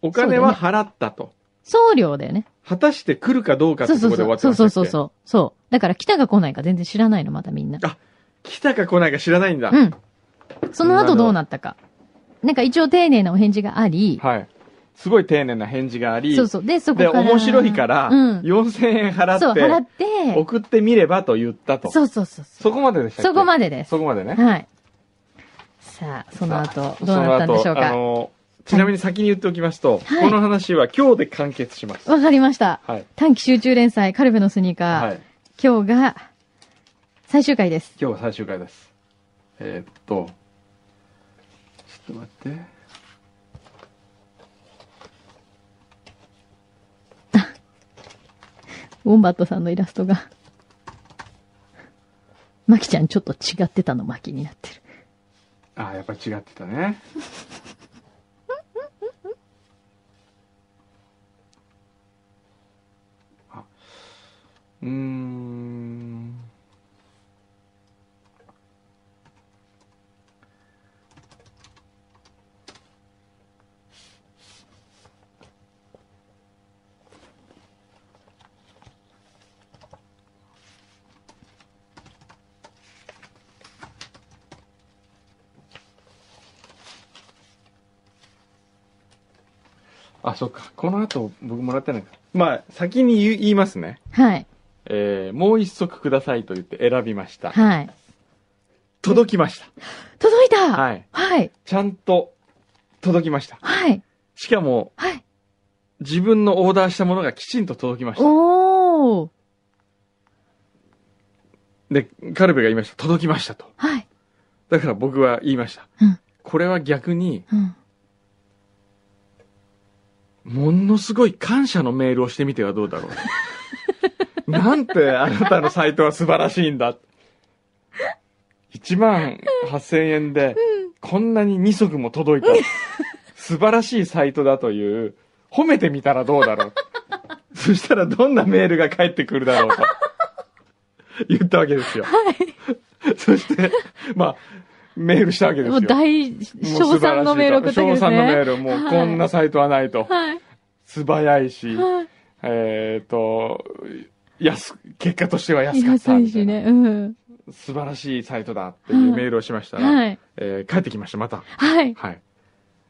Speaker 1: お金は払ったと。
Speaker 2: 送料だよね。
Speaker 1: 果たして来るかどうかって
Speaker 2: そう
Speaker 1: と
Speaker 2: そ
Speaker 1: こ
Speaker 2: う
Speaker 1: ろで終
Speaker 2: そ
Speaker 1: わ
Speaker 2: う。
Speaker 1: って
Speaker 2: そ
Speaker 1: ま
Speaker 2: うそう
Speaker 1: したっけ
Speaker 2: そうそう。そう。だから来たか来ないか全然知らないの、まだみんな
Speaker 1: あ。来たか来ないか知らないんだ。
Speaker 2: うん。その後どうなったか。なんか一応丁寧なお返事があり、
Speaker 1: はい。すごい丁寧な返事があり、
Speaker 2: そうそう。で、そこか
Speaker 1: で、
Speaker 2: ら。
Speaker 1: 面白いから、
Speaker 2: うん。
Speaker 1: 4000円
Speaker 2: そう、
Speaker 1: 払
Speaker 2: 払
Speaker 1: っ
Speaker 2: って
Speaker 1: て、、送ってみればと言ったと。
Speaker 2: そうそうそうそう。
Speaker 1: そこまででしたっけ
Speaker 2: そこまでです。
Speaker 1: そこまでね。
Speaker 2: はい。さあ、その後、どうなったんでしょう
Speaker 1: その後あ
Speaker 2: か。
Speaker 1: の、ちなみに先に言っておきますと、
Speaker 2: はい
Speaker 1: この話は今日で完結します。
Speaker 2: わかりました。
Speaker 1: はい。
Speaker 2: 短期集中連載、カルベのスニーカー。
Speaker 1: はい。
Speaker 2: 今日が、最終回です。
Speaker 1: 今日は最終回です。えーっと、ちょっと待って。
Speaker 2: ウォンバットさんのイラストが。マキちゃんちょっと違ってたのマキになってる。
Speaker 1: ああ、やっぱり違ってたね。 あうーん。あ、そっか。この後、僕もらってないか。まあ、先に言う言いますね。
Speaker 2: はい。
Speaker 1: えー、もう一足くださいと言って選びました。
Speaker 2: はい。
Speaker 1: 届きまし
Speaker 2: 届いた
Speaker 1: た。
Speaker 2: はい。
Speaker 1: はい。
Speaker 2: はい。
Speaker 1: ちゃんと、届きました。
Speaker 2: はい。
Speaker 1: しかも、自分のオーダーしたものがきちんと届きました。
Speaker 2: おー。
Speaker 1: で、カルベが言いました。届きましたと。
Speaker 2: はい。
Speaker 1: だから僕は言いました。
Speaker 2: うん
Speaker 1: これは逆に、
Speaker 2: うん。
Speaker 1: ものすごい感謝のメールをしてみてはどうだろう。なんてあなたのサイトは素晴らしいんだ。1万8000円で、こんなに2足も届いた。素晴らしいサイトだという、褒めてみたらどうだろう。そしたらどんなメールが返ってくるだろうと。言ったわけですよ。そして、まあ、メールしたわけです
Speaker 2: も
Speaker 1: よ。
Speaker 2: う大、賞賛のメール送ったわけですね。
Speaker 1: 賞賛のメール、もうこんなサイトはないと。
Speaker 2: はい。
Speaker 1: 素早いし、
Speaker 2: はい。
Speaker 1: えっ、と、安、結果としては安かった
Speaker 2: 安い
Speaker 1: みた
Speaker 2: し
Speaker 1: いな
Speaker 2: ね。うん。
Speaker 1: 素晴らしいサイトだっていうメールをしましたら、
Speaker 2: はい。
Speaker 1: えー帰ってきました、また。
Speaker 2: はい。
Speaker 1: はい。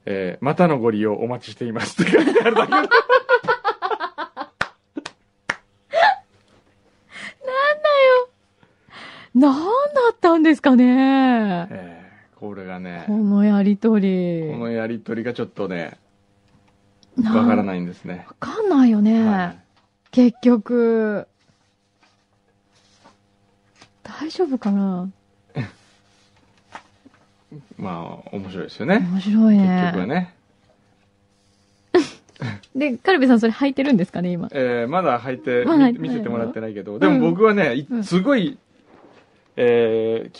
Speaker 1: えーまたのご利用お待ちしていますって書い てあるだけで
Speaker 2: なんだったんですかね。
Speaker 1: えーこれがね
Speaker 2: こ、のやりとり。
Speaker 1: このやりとりがちょっとね、
Speaker 2: な
Speaker 1: わから
Speaker 2: い。
Speaker 1: ないんですね。
Speaker 2: わかんないよね。
Speaker 1: はい
Speaker 2: 結局。大丈夫かな
Speaker 1: まあ、面白いですよね。
Speaker 2: 面白い
Speaker 1: 結
Speaker 2: ね。
Speaker 1: 局はね。
Speaker 2: で、カルビさんそれ履いてるんですかね、今。
Speaker 1: えーまだ履いて、
Speaker 2: まだ履いて
Speaker 1: み見せてもらってないけど、
Speaker 2: ん
Speaker 1: でも僕はね、い
Speaker 2: うん
Speaker 1: すごい、えー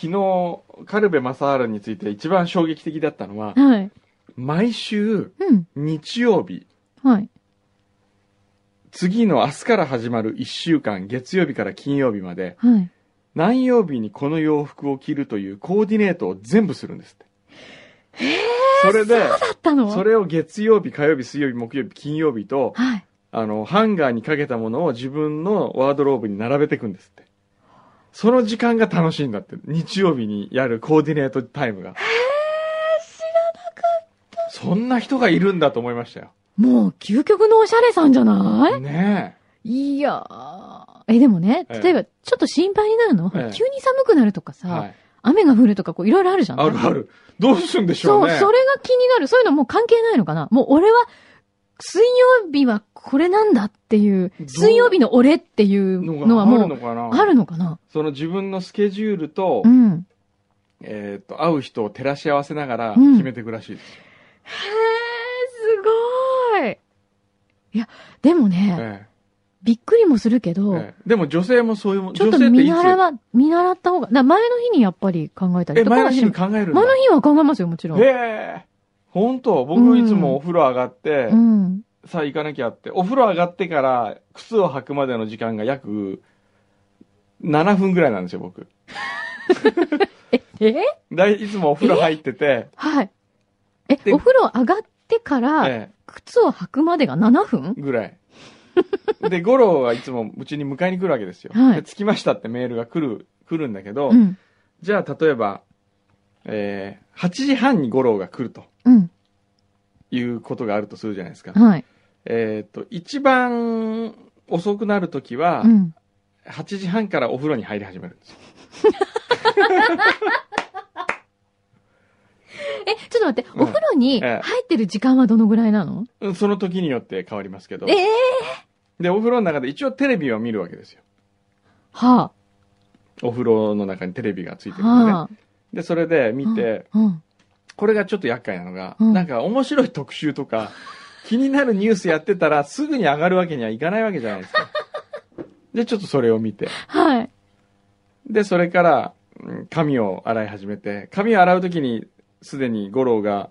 Speaker 1: 昨日、カルベ正治について一番衝撃的だったのは、
Speaker 2: はい。
Speaker 1: 毎週
Speaker 2: うん。
Speaker 1: 日曜日、
Speaker 2: はい。
Speaker 1: 次の明日から始まる1週間、月曜日から金曜日まで、
Speaker 2: はい。
Speaker 1: 何曜日にこの洋服を着るというコーディネートを全部するんですって。それで、
Speaker 2: だったの
Speaker 1: それを月曜日、火曜日、水曜日、木曜日、金曜日と、
Speaker 2: はい。
Speaker 1: あの、ハンガーにかけたものを自分のワードローブに並べていくんですって。その時間が楽しいんだって。日曜日にやるコーディネートタイムが。へ知らなかった。そんな人がいるんだと思いましたよ。
Speaker 2: もう究極のおしゃれさんじゃない
Speaker 1: ね
Speaker 2: いやー。え、でもね、
Speaker 1: ええ
Speaker 2: 例えば、ちょっと心配になるの、
Speaker 1: ええ
Speaker 2: 急に寒くなるとか
Speaker 1: え。
Speaker 2: さ、
Speaker 1: はい。
Speaker 2: 雨が降るとか、こう、いろいろあるじゃん。
Speaker 1: あるある。どうするんでしょ
Speaker 2: そうう、
Speaker 1: ね。
Speaker 2: それが気になる。そういうのもう関係ないのかなもう俺は、水曜日はこれなんだっていう、
Speaker 1: どう
Speaker 2: 水曜日の俺っていうのは
Speaker 1: があ
Speaker 2: も
Speaker 1: るの
Speaker 2: う、
Speaker 1: かな
Speaker 2: あるのかな
Speaker 1: その自分のスケジュールと、
Speaker 2: うん。
Speaker 1: えっ、と、会う人を照らし合わせながら
Speaker 2: うん
Speaker 1: 決めていくらしいです。
Speaker 2: へー、すごい。いや、でもね、
Speaker 1: え
Speaker 2: びっくりもするけ
Speaker 1: え
Speaker 2: ど、
Speaker 1: ええでも女性もそういうもん、
Speaker 2: ちょっ
Speaker 1: 女
Speaker 2: と
Speaker 1: 性って
Speaker 2: 見
Speaker 1: い
Speaker 2: 習
Speaker 1: つ
Speaker 2: わ、見習った方が、だ前の日にやっぱり考えたり
Speaker 1: え、
Speaker 2: とか
Speaker 1: 前の
Speaker 2: はし
Speaker 1: 日に考えるんだ
Speaker 2: 前の日は考えますよ、もちろん。
Speaker 1: へえ。本当
Speaker 2: う
Speaker 1: 僕
Speaker 2: ん
Speaker 1: いつもお風呂上がって、
Speaker 2: うん。
Speaker 1: さあ行かなきゃって、お風呂上がってから靴を履くまでの時間が約7分ぐらいなんですよ、僕。
Speaker 2: え
Speaker 1: だいいつもお風呂入ってて、
Speaker 2: はい。え、
Speaker 1: で
Speaker 2: お風呂上がってから、
Speaker 1: え
Speaker 2: 靴を履くまでが7分
Speaker 1: えぐらい。 で、五郎はいつもうちに迎えに来るわけですよ。
Speaker 2: はい
Speaker 1: で着きましたってメールが来る、来るんだけど、
Speaker 2: うん。
Speaker 1: じゃあ例えば、えー8時半に五郎が来ると
Speaker 2: うん。
Speaker 1: いうことがあるとするじゃないですか。
Speaker 2: はい。
Speaker 1: えっ、と、一番遅くなるときは、
Speaker 2: うん。
Speaker 1: 8時半からお風呂に入り始めるんですよ。
Speaker 2: え、ちょっと待って、
Speaker 1: うん
Speaker 2: お風呂に
Speaker 1: ええ
Speaker 2: 入ってる時間はどのぐらいなの
Speaker 1: うんその時によって変わりますけど。
Speaker 2: ええ
Speaker 1: で、お風呂の中で一応テレビは見るわけですよ。
Speaker 2: は
Speaker 1: お風呂の中にテレビがつい
Speaker 2: あ。
Speaker 1: てるので、ね。
Speaker 2: はあ。
Speaker 1: で、それで見て、
Speaker 2: うん。
Speaker 1: これがちょっと厄介なのが、
Speaker 2: うん
Speaker 1: なんか面白い特集とか、気になるニュースやってたらすぐに上がるわけにはいかないわけじゃないで すか。で、ちょっとそれを見て。
Speaker 2: はい。
Speaker 1: で、それから、うん髪を洗い始めて、髪を洗うときに、すでに五郎が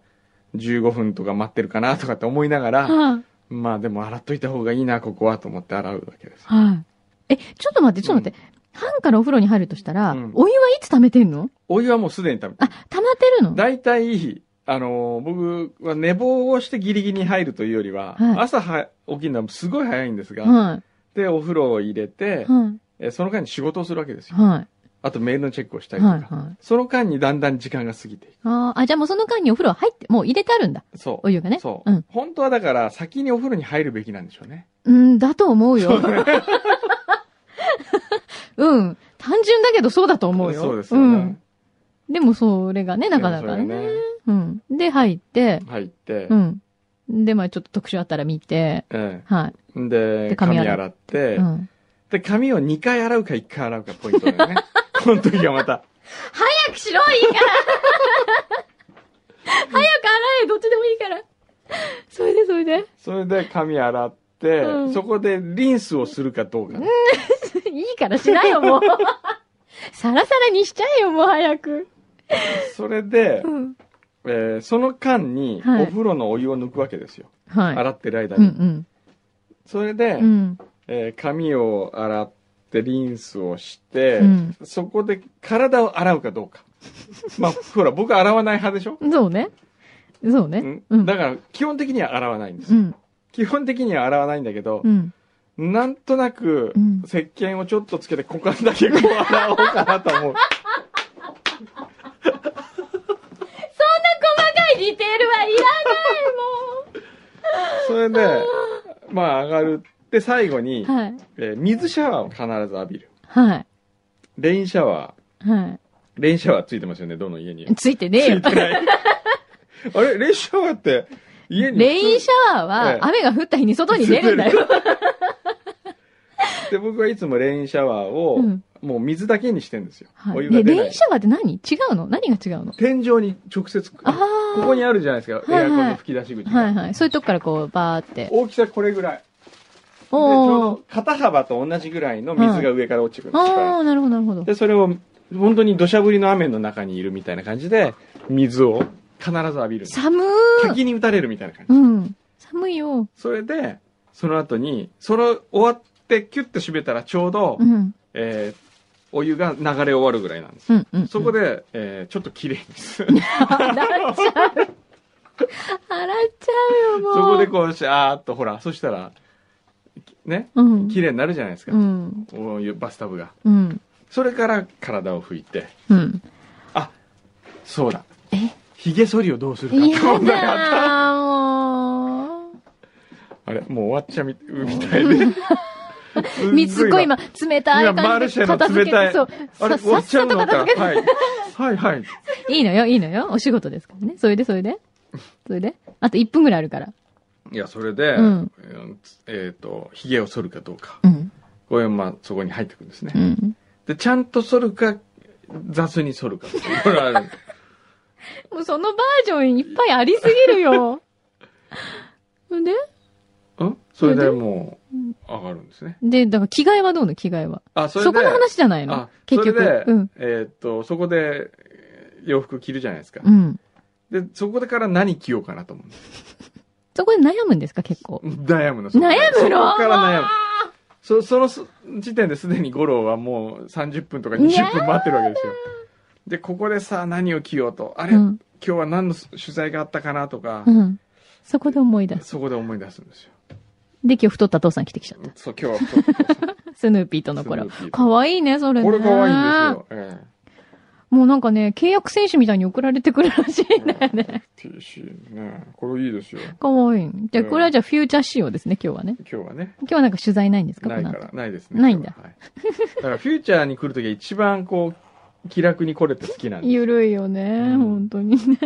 Speaker 1: 15分とか待ってるかなとかって思いながら、
Speaker 2: はい。
Speaker 1: まあでも洗っといた方がいいな、ここはと思って洗うわけです。
Speaker 2: はい。え、ちょっと待って、ちょっと待って。半からお風呂に入るとしたら、
Speaker 1: うん
Speaker 2: お湯はいつ溜めてんの
Speaker 1: お湯はもうすでに溜めて
Speaker 2: あ、溜まってるの
Speaker 1: 大体、あのー僕は寝坊をしてギリギリに入るというよりは、
Speaker 2: はい
Speaker 1: 朝は起きるのはすごい早いんですが、
Speaker 2: は
Speaker 1: で、お風呂を入れ
Speaker 2: い。
Speaker 1: て、
Speaker 2: は
Speaker 1: えその間に仕事をするわけです
Speaker 2: い。
Speaker 1: よ。
Speaker 2: はい。
Speaker 1: あとメールのチェックをしたりとか、
Speaker 2: はい。はい。
Speaker 1: その間にだんだん時間が過ぎてい
Speaker 2: あーあ、じゃあもうその間にお風呂入って、もう入れてあるんだ。
Speaker 1: く。そう
Speaker 2: お。湯がね。
Speaker 1: そう、
Speaker 2: うん。
Speaker 1: 本当はだから先にお風呂に入るべきなんでしょうね。
Speaker 2: うん、だと思う
Speaker 1: そ
Speaker 2: よ。
Speaker 1: うね
Speaker 2: うん。単純だけどそうだと思うよ。
Speaker 1: そうですよね。
Speaker 2: ん。でもそれがね、なかなか
Speaker 1: でもそ
Speaker 2: ね。
Speaker 1: れが
Speaker 2: うん。で、入って、
Speaker 1: 入って、
Speaker 2: うん。で、まあちょっと特集あったら見て、
Speaker 1: え
Speaker 2: は
Speaker 1: えで
Speaker 2: で
Speaker 1: 髪
Speaker 2: 髪
Speaker 1: 洗
Speaker 2: 洗う
Speaker 1: って、
Speaker 2: い。うん。
Speaker 1: で、髪を2回洗うか1回洗うかポイントだ よね。この時がまた。
Speaker 2: 早くしろいい から早く洗えどっちでもいいから。それで、それで。
Speaker 1: それで髪洗って、
Speaker 2: うん
Speaker 1: そこでリンスをするかどうかね、
Speaker 2: いいからしなよ、 もう。さらさらにしちゃえよ、もう早く。
Speaker 1: それで、
Speaker 2: うん。
Speaker 1: えーその間に
Speaker 2: はい
Speaker 1: お風呂のお湯を抜くわけですよ、
Speaker 2: はい。
Speaker 1: 洗ってる間
Speaker 2: う
Speaker 1: に、
Speaker 2: ん
Speaker 1: それで、
Speaker 2: うん。うん。
Speaker 1: えー髪を洗ってリンスをして、
Speaker 2: うん
Speaker 1: そこで体を洗うかど うかまあほら僕洗わない派でしょ、
Speaker 2: そうね。そうね。う
Speaker 1: うん
Speaker 2: ん。
Speaker 1: だから基本的には洗わないんです、
Speaker 2: うん。
Speaker 1: 基本的には洗わないんだけど
Speaker 2: う、ん。
Speaker 1: なんとなく、
Speaker 2: うん
Speaker 1: 石鹸をちょっとつけて股間だけこう洗おうかなと思う
Speaker 2: そんな細かいディテールはいら
Speaker 1: それでまあ上がるって最後に、
Speaker 2: ないもん。はい。
Speaker 1: えー水シャワーを必ず浴びる
Speaker 2: はい。
Speaker 1: レインシャワ
Speaker 2: は
Speaker 1: ーレインシャワーついてますよねどの家に
Speaker 2: い。ついてね
Speaker 1: つ
Speaker 2: えよ
Speaker 1: い。てない あれレインシャワーって家に
Speaker 2: レイン
Speaker 1: シ
Speaker 2: シャワー
Speaker 1: ええ
Speaker 2: は雨が降った日に外に出るんだよ。
Speaker 1: ャで僕はいつもレインシャワーを、
Speaker 2: うん
Speaker 1: もう水だけにしてんですよ、
Speaker 2: は
Speaker 1: お
Speaker 2: い。
Speaker 1: 湯が
Speaker 2: で、
Speaker 1: 出
Speaker 2: レ
Speaker 1: な
Speaker 2: イ
Speaker 1: い
Speaker 2: ンシャワーって何違うの何が違うの
Speaker 1: 天井に直接こ
Speaker 2: ああ。
Speaker 1: こにあるじゃないですか、
Speaker 2: いはい
Speaker 1: エアコンの吹き出し口が、
Speaker 2: はいはい。そういうとこからこう、バーって。
Speaker 1: 大きさこれぐらいでちょう
Speaker 2: お
Speaker 1: ど肩幅と同じぐらいの水が上から落ちてくるんですから、
Speaker 2: ああ、なるほど、なるほど。
Speaker 1: でそれを本当に土砂降りの雨の中にいるみたいな感じで水を必ず浴びる
Speaker 2: 寒ー。
Speaker 1: 滝に打たれるみたいな感じ、
Speaker 2: うん。寒いよ。
Speaker 1: それでその後にそれ終わってキュッと締めたらちょうど、
Speaker 2: うん。
Speaker 1: えーお湯が流れ終わるぐらいなんです、
Speaker 2: うん、うん。
Speaker 1: そこ
Speaker 2: で。
Speaker 1: で、えーちょっと綺麗にする
Speaker 2: 洗っちゃう。洗っちゃうよ、もう。
Speaker 1: そこでこうシャーっとほらそしたらきね
Speaker 2: うん。
Speaker 1: 綺麗になるじゃないですか
Speaker 2: う、ん。
Speaker 1: お湯バスタブが
Speaker 2: うん。
Speaker 1: それから体を拭いて
Speaker 2: うん。
Speaker 1: そうだ
Speaker 2: え
Speaker 1: 髭剃りをどうするか
Speaker 2: 嫌
Speaker 1: って問題があっ
Speaker 2: だー、もう。
Speaker 1: たあれもう終わっちゃみみたいで
Speaker 2: 水すっごい
Speaker 1: 今
Speaker 2: 今、冷たい
Speaker 1: 今マ
Speaker 2: 感
Speaker 1: ル
Speaker 2: じ
Speaker 1: シェ
Speaker 2: で
Speaker 1: の
Speaker 2: 片付け
Speaker 1: 冷た
Speaker 2: て、
Speaker 1: い
Speaker 2: そう。
Speaker 1: あれ
Speaker 2: さ
Speaker 1: 終わ
Speaker 2: さっ
Speaker 1: っちゃ
Speaker 2: さ
Speaker 1: う
Speaker 2: と
Speaker 1: の
Speaker 2: 片
Speaker 1: か、
Speaker 2: 付けて。
Speaker 1: はい、はいはい
Speaker 2: いいのよ、いいのよ。お仕事ですからね。それで、それで。それで。あと1分ぐらいあるから。
Speaker 1: いやそれで、
Speaker 2: うん
Speaker 1: うんつえっ、と髭を剃るかどうか
Speaker 2: うん。
Speaker 1: これまあそこに入ってくるんですね、
Speaker 2: うん。
Speaker 1: でちゃんと剃るか雑に剃るかこ れある
Speaker 2: もうそのバージョンいっぱいありすぎる よ。んで
Speaker 1: んそれでもう上がるんですね
Speaker 2: で、だから着替えはどうの着替えは。
Speaker 1: あそ
Speaker 2: そ
Speaker 1: れで
Speaker 2: この話じゃないの
Speaker 1: あ
Speaker 2: 結局。
Speaker 1: それで、
Speaker 2: うん。
Speaker 1: えっ、とそこでえー洋服着るじゃないですか、
Speaker 2: うん。
Speaker 1: でそこでから何着ようかなと思うんです
Speaker 2: そこで悩むんですか結構。
Speaker 1: 悩むの。そこ
Speaker 2: 悩むの
Speaker 1: そこから悩む。そ、そのす時点ですでに五郎はもう30分とか20分待ってるわけですよ。で、ここでさ、何を着ようと。あれ、
Speaker 2: うん。
Speaker 1: 今日は何の取材があったかなとか、
Speaker 2: うん。そこで思い出す。
Speaker 1: そこで思い出すんですよ。
Speaker 2: で、今日太った父さん来てきちゃった。
Speaker 1: そう、今日はそう。
Speaker 2: スヌーピーとの
Speaker 1: ス
Speaker 2: 頃
Speaker 1: ヌーピー。と
Speaker 2: かわいいね、それね。
Speaker 1: これ可愛いんですよ。え
Speaker 2: もうなんかね、契約選手みたいに送られてくるらしいんだよ ね。
Speaker 1: え PC ね。これいいですよ。
Speaker 2: かわいい。じゃあ、
Speaker 1: うん
Speaker 2: これはじゃあフューチャー仕様ですね、今日はね。
Speaker 1: 今日はね。
Speaker 2: 今日はなんか取材ないんですか
Speaker 1: ないか
Speaker 2: この後
Speaker 1: ら、ないですね。
Speaker 2: ないんだ
Speaker 1: 今日は。はいだから、フューチャーに来るときは一番こう、気楽に来れて好きなんで
Speaker 2: ゆるいよね、
Speaker 1: ん
Speaker 2: 本当にね。
Speaker 1: す。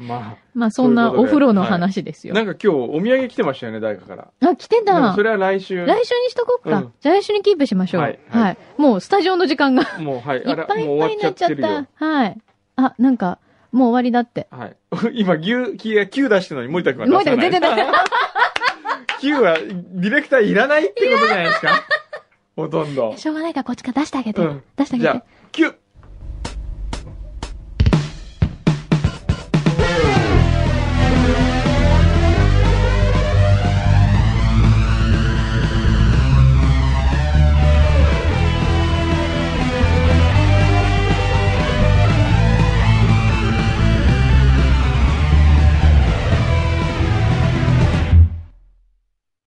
Speaker 1: ま
Speaker 2: まあ、そんな
Speaker 1: ということ
Speaker 2: お
Speaker 1: で
Speaker 2: 風呂の話です
Speaker 1: あ、
Speaker 2: よ。
Speaker 1: なんか今日お土産来てましたよね、誰かから。
Speaker 2: あ、来て
Speaker 1: でも
Speaker 2: た
Speaker 1: そ。れは来週。
Speaker 2: 来週にしとこうか。
Speaker 1: うん
Speaker 2: じゃあ来週にキープしましょう。
Speaker 1: は
Speaker 2: はいい。
Speaker 1: は
Speaker 2: もうスタジオの時間がいっ
Speaker 1: もう、はい。
Speaker 2: ぱい い
Speaker 1: あ
Speaker 2: っ
Speaker 1: ら、
Speaker 2: ぱい
Speaker 1: もう終
Speaker 2: に
Speaker 1: わっちゃ
Speaker 2: なっちゃ
Speaker 1: って
Speaker 2: っ
Speaker 1: るよ
Speaker 2: た。。はい。あ、なんか、もう終わりだって。
Speaker 1: はい。 今、牛、キが9出してるのに森田君
Speaker 2: も
Speaker 1: は
Speaker 2: う
Speaker 1: 出さ
Speaker 2: 出
Speaker 1: ない。
Speaker 2: て ない。
Speaker 1: 9は、ディレクターいらないってことじゃないですか。ほとんど。
Speaker 2: しょうがないからこっちから出してあげて。
Speaker 1: うん
Speaker 2: 出してあげ
Speaker 1: じ
Speaker 2: て。
Speaker 1: ゃあ、9。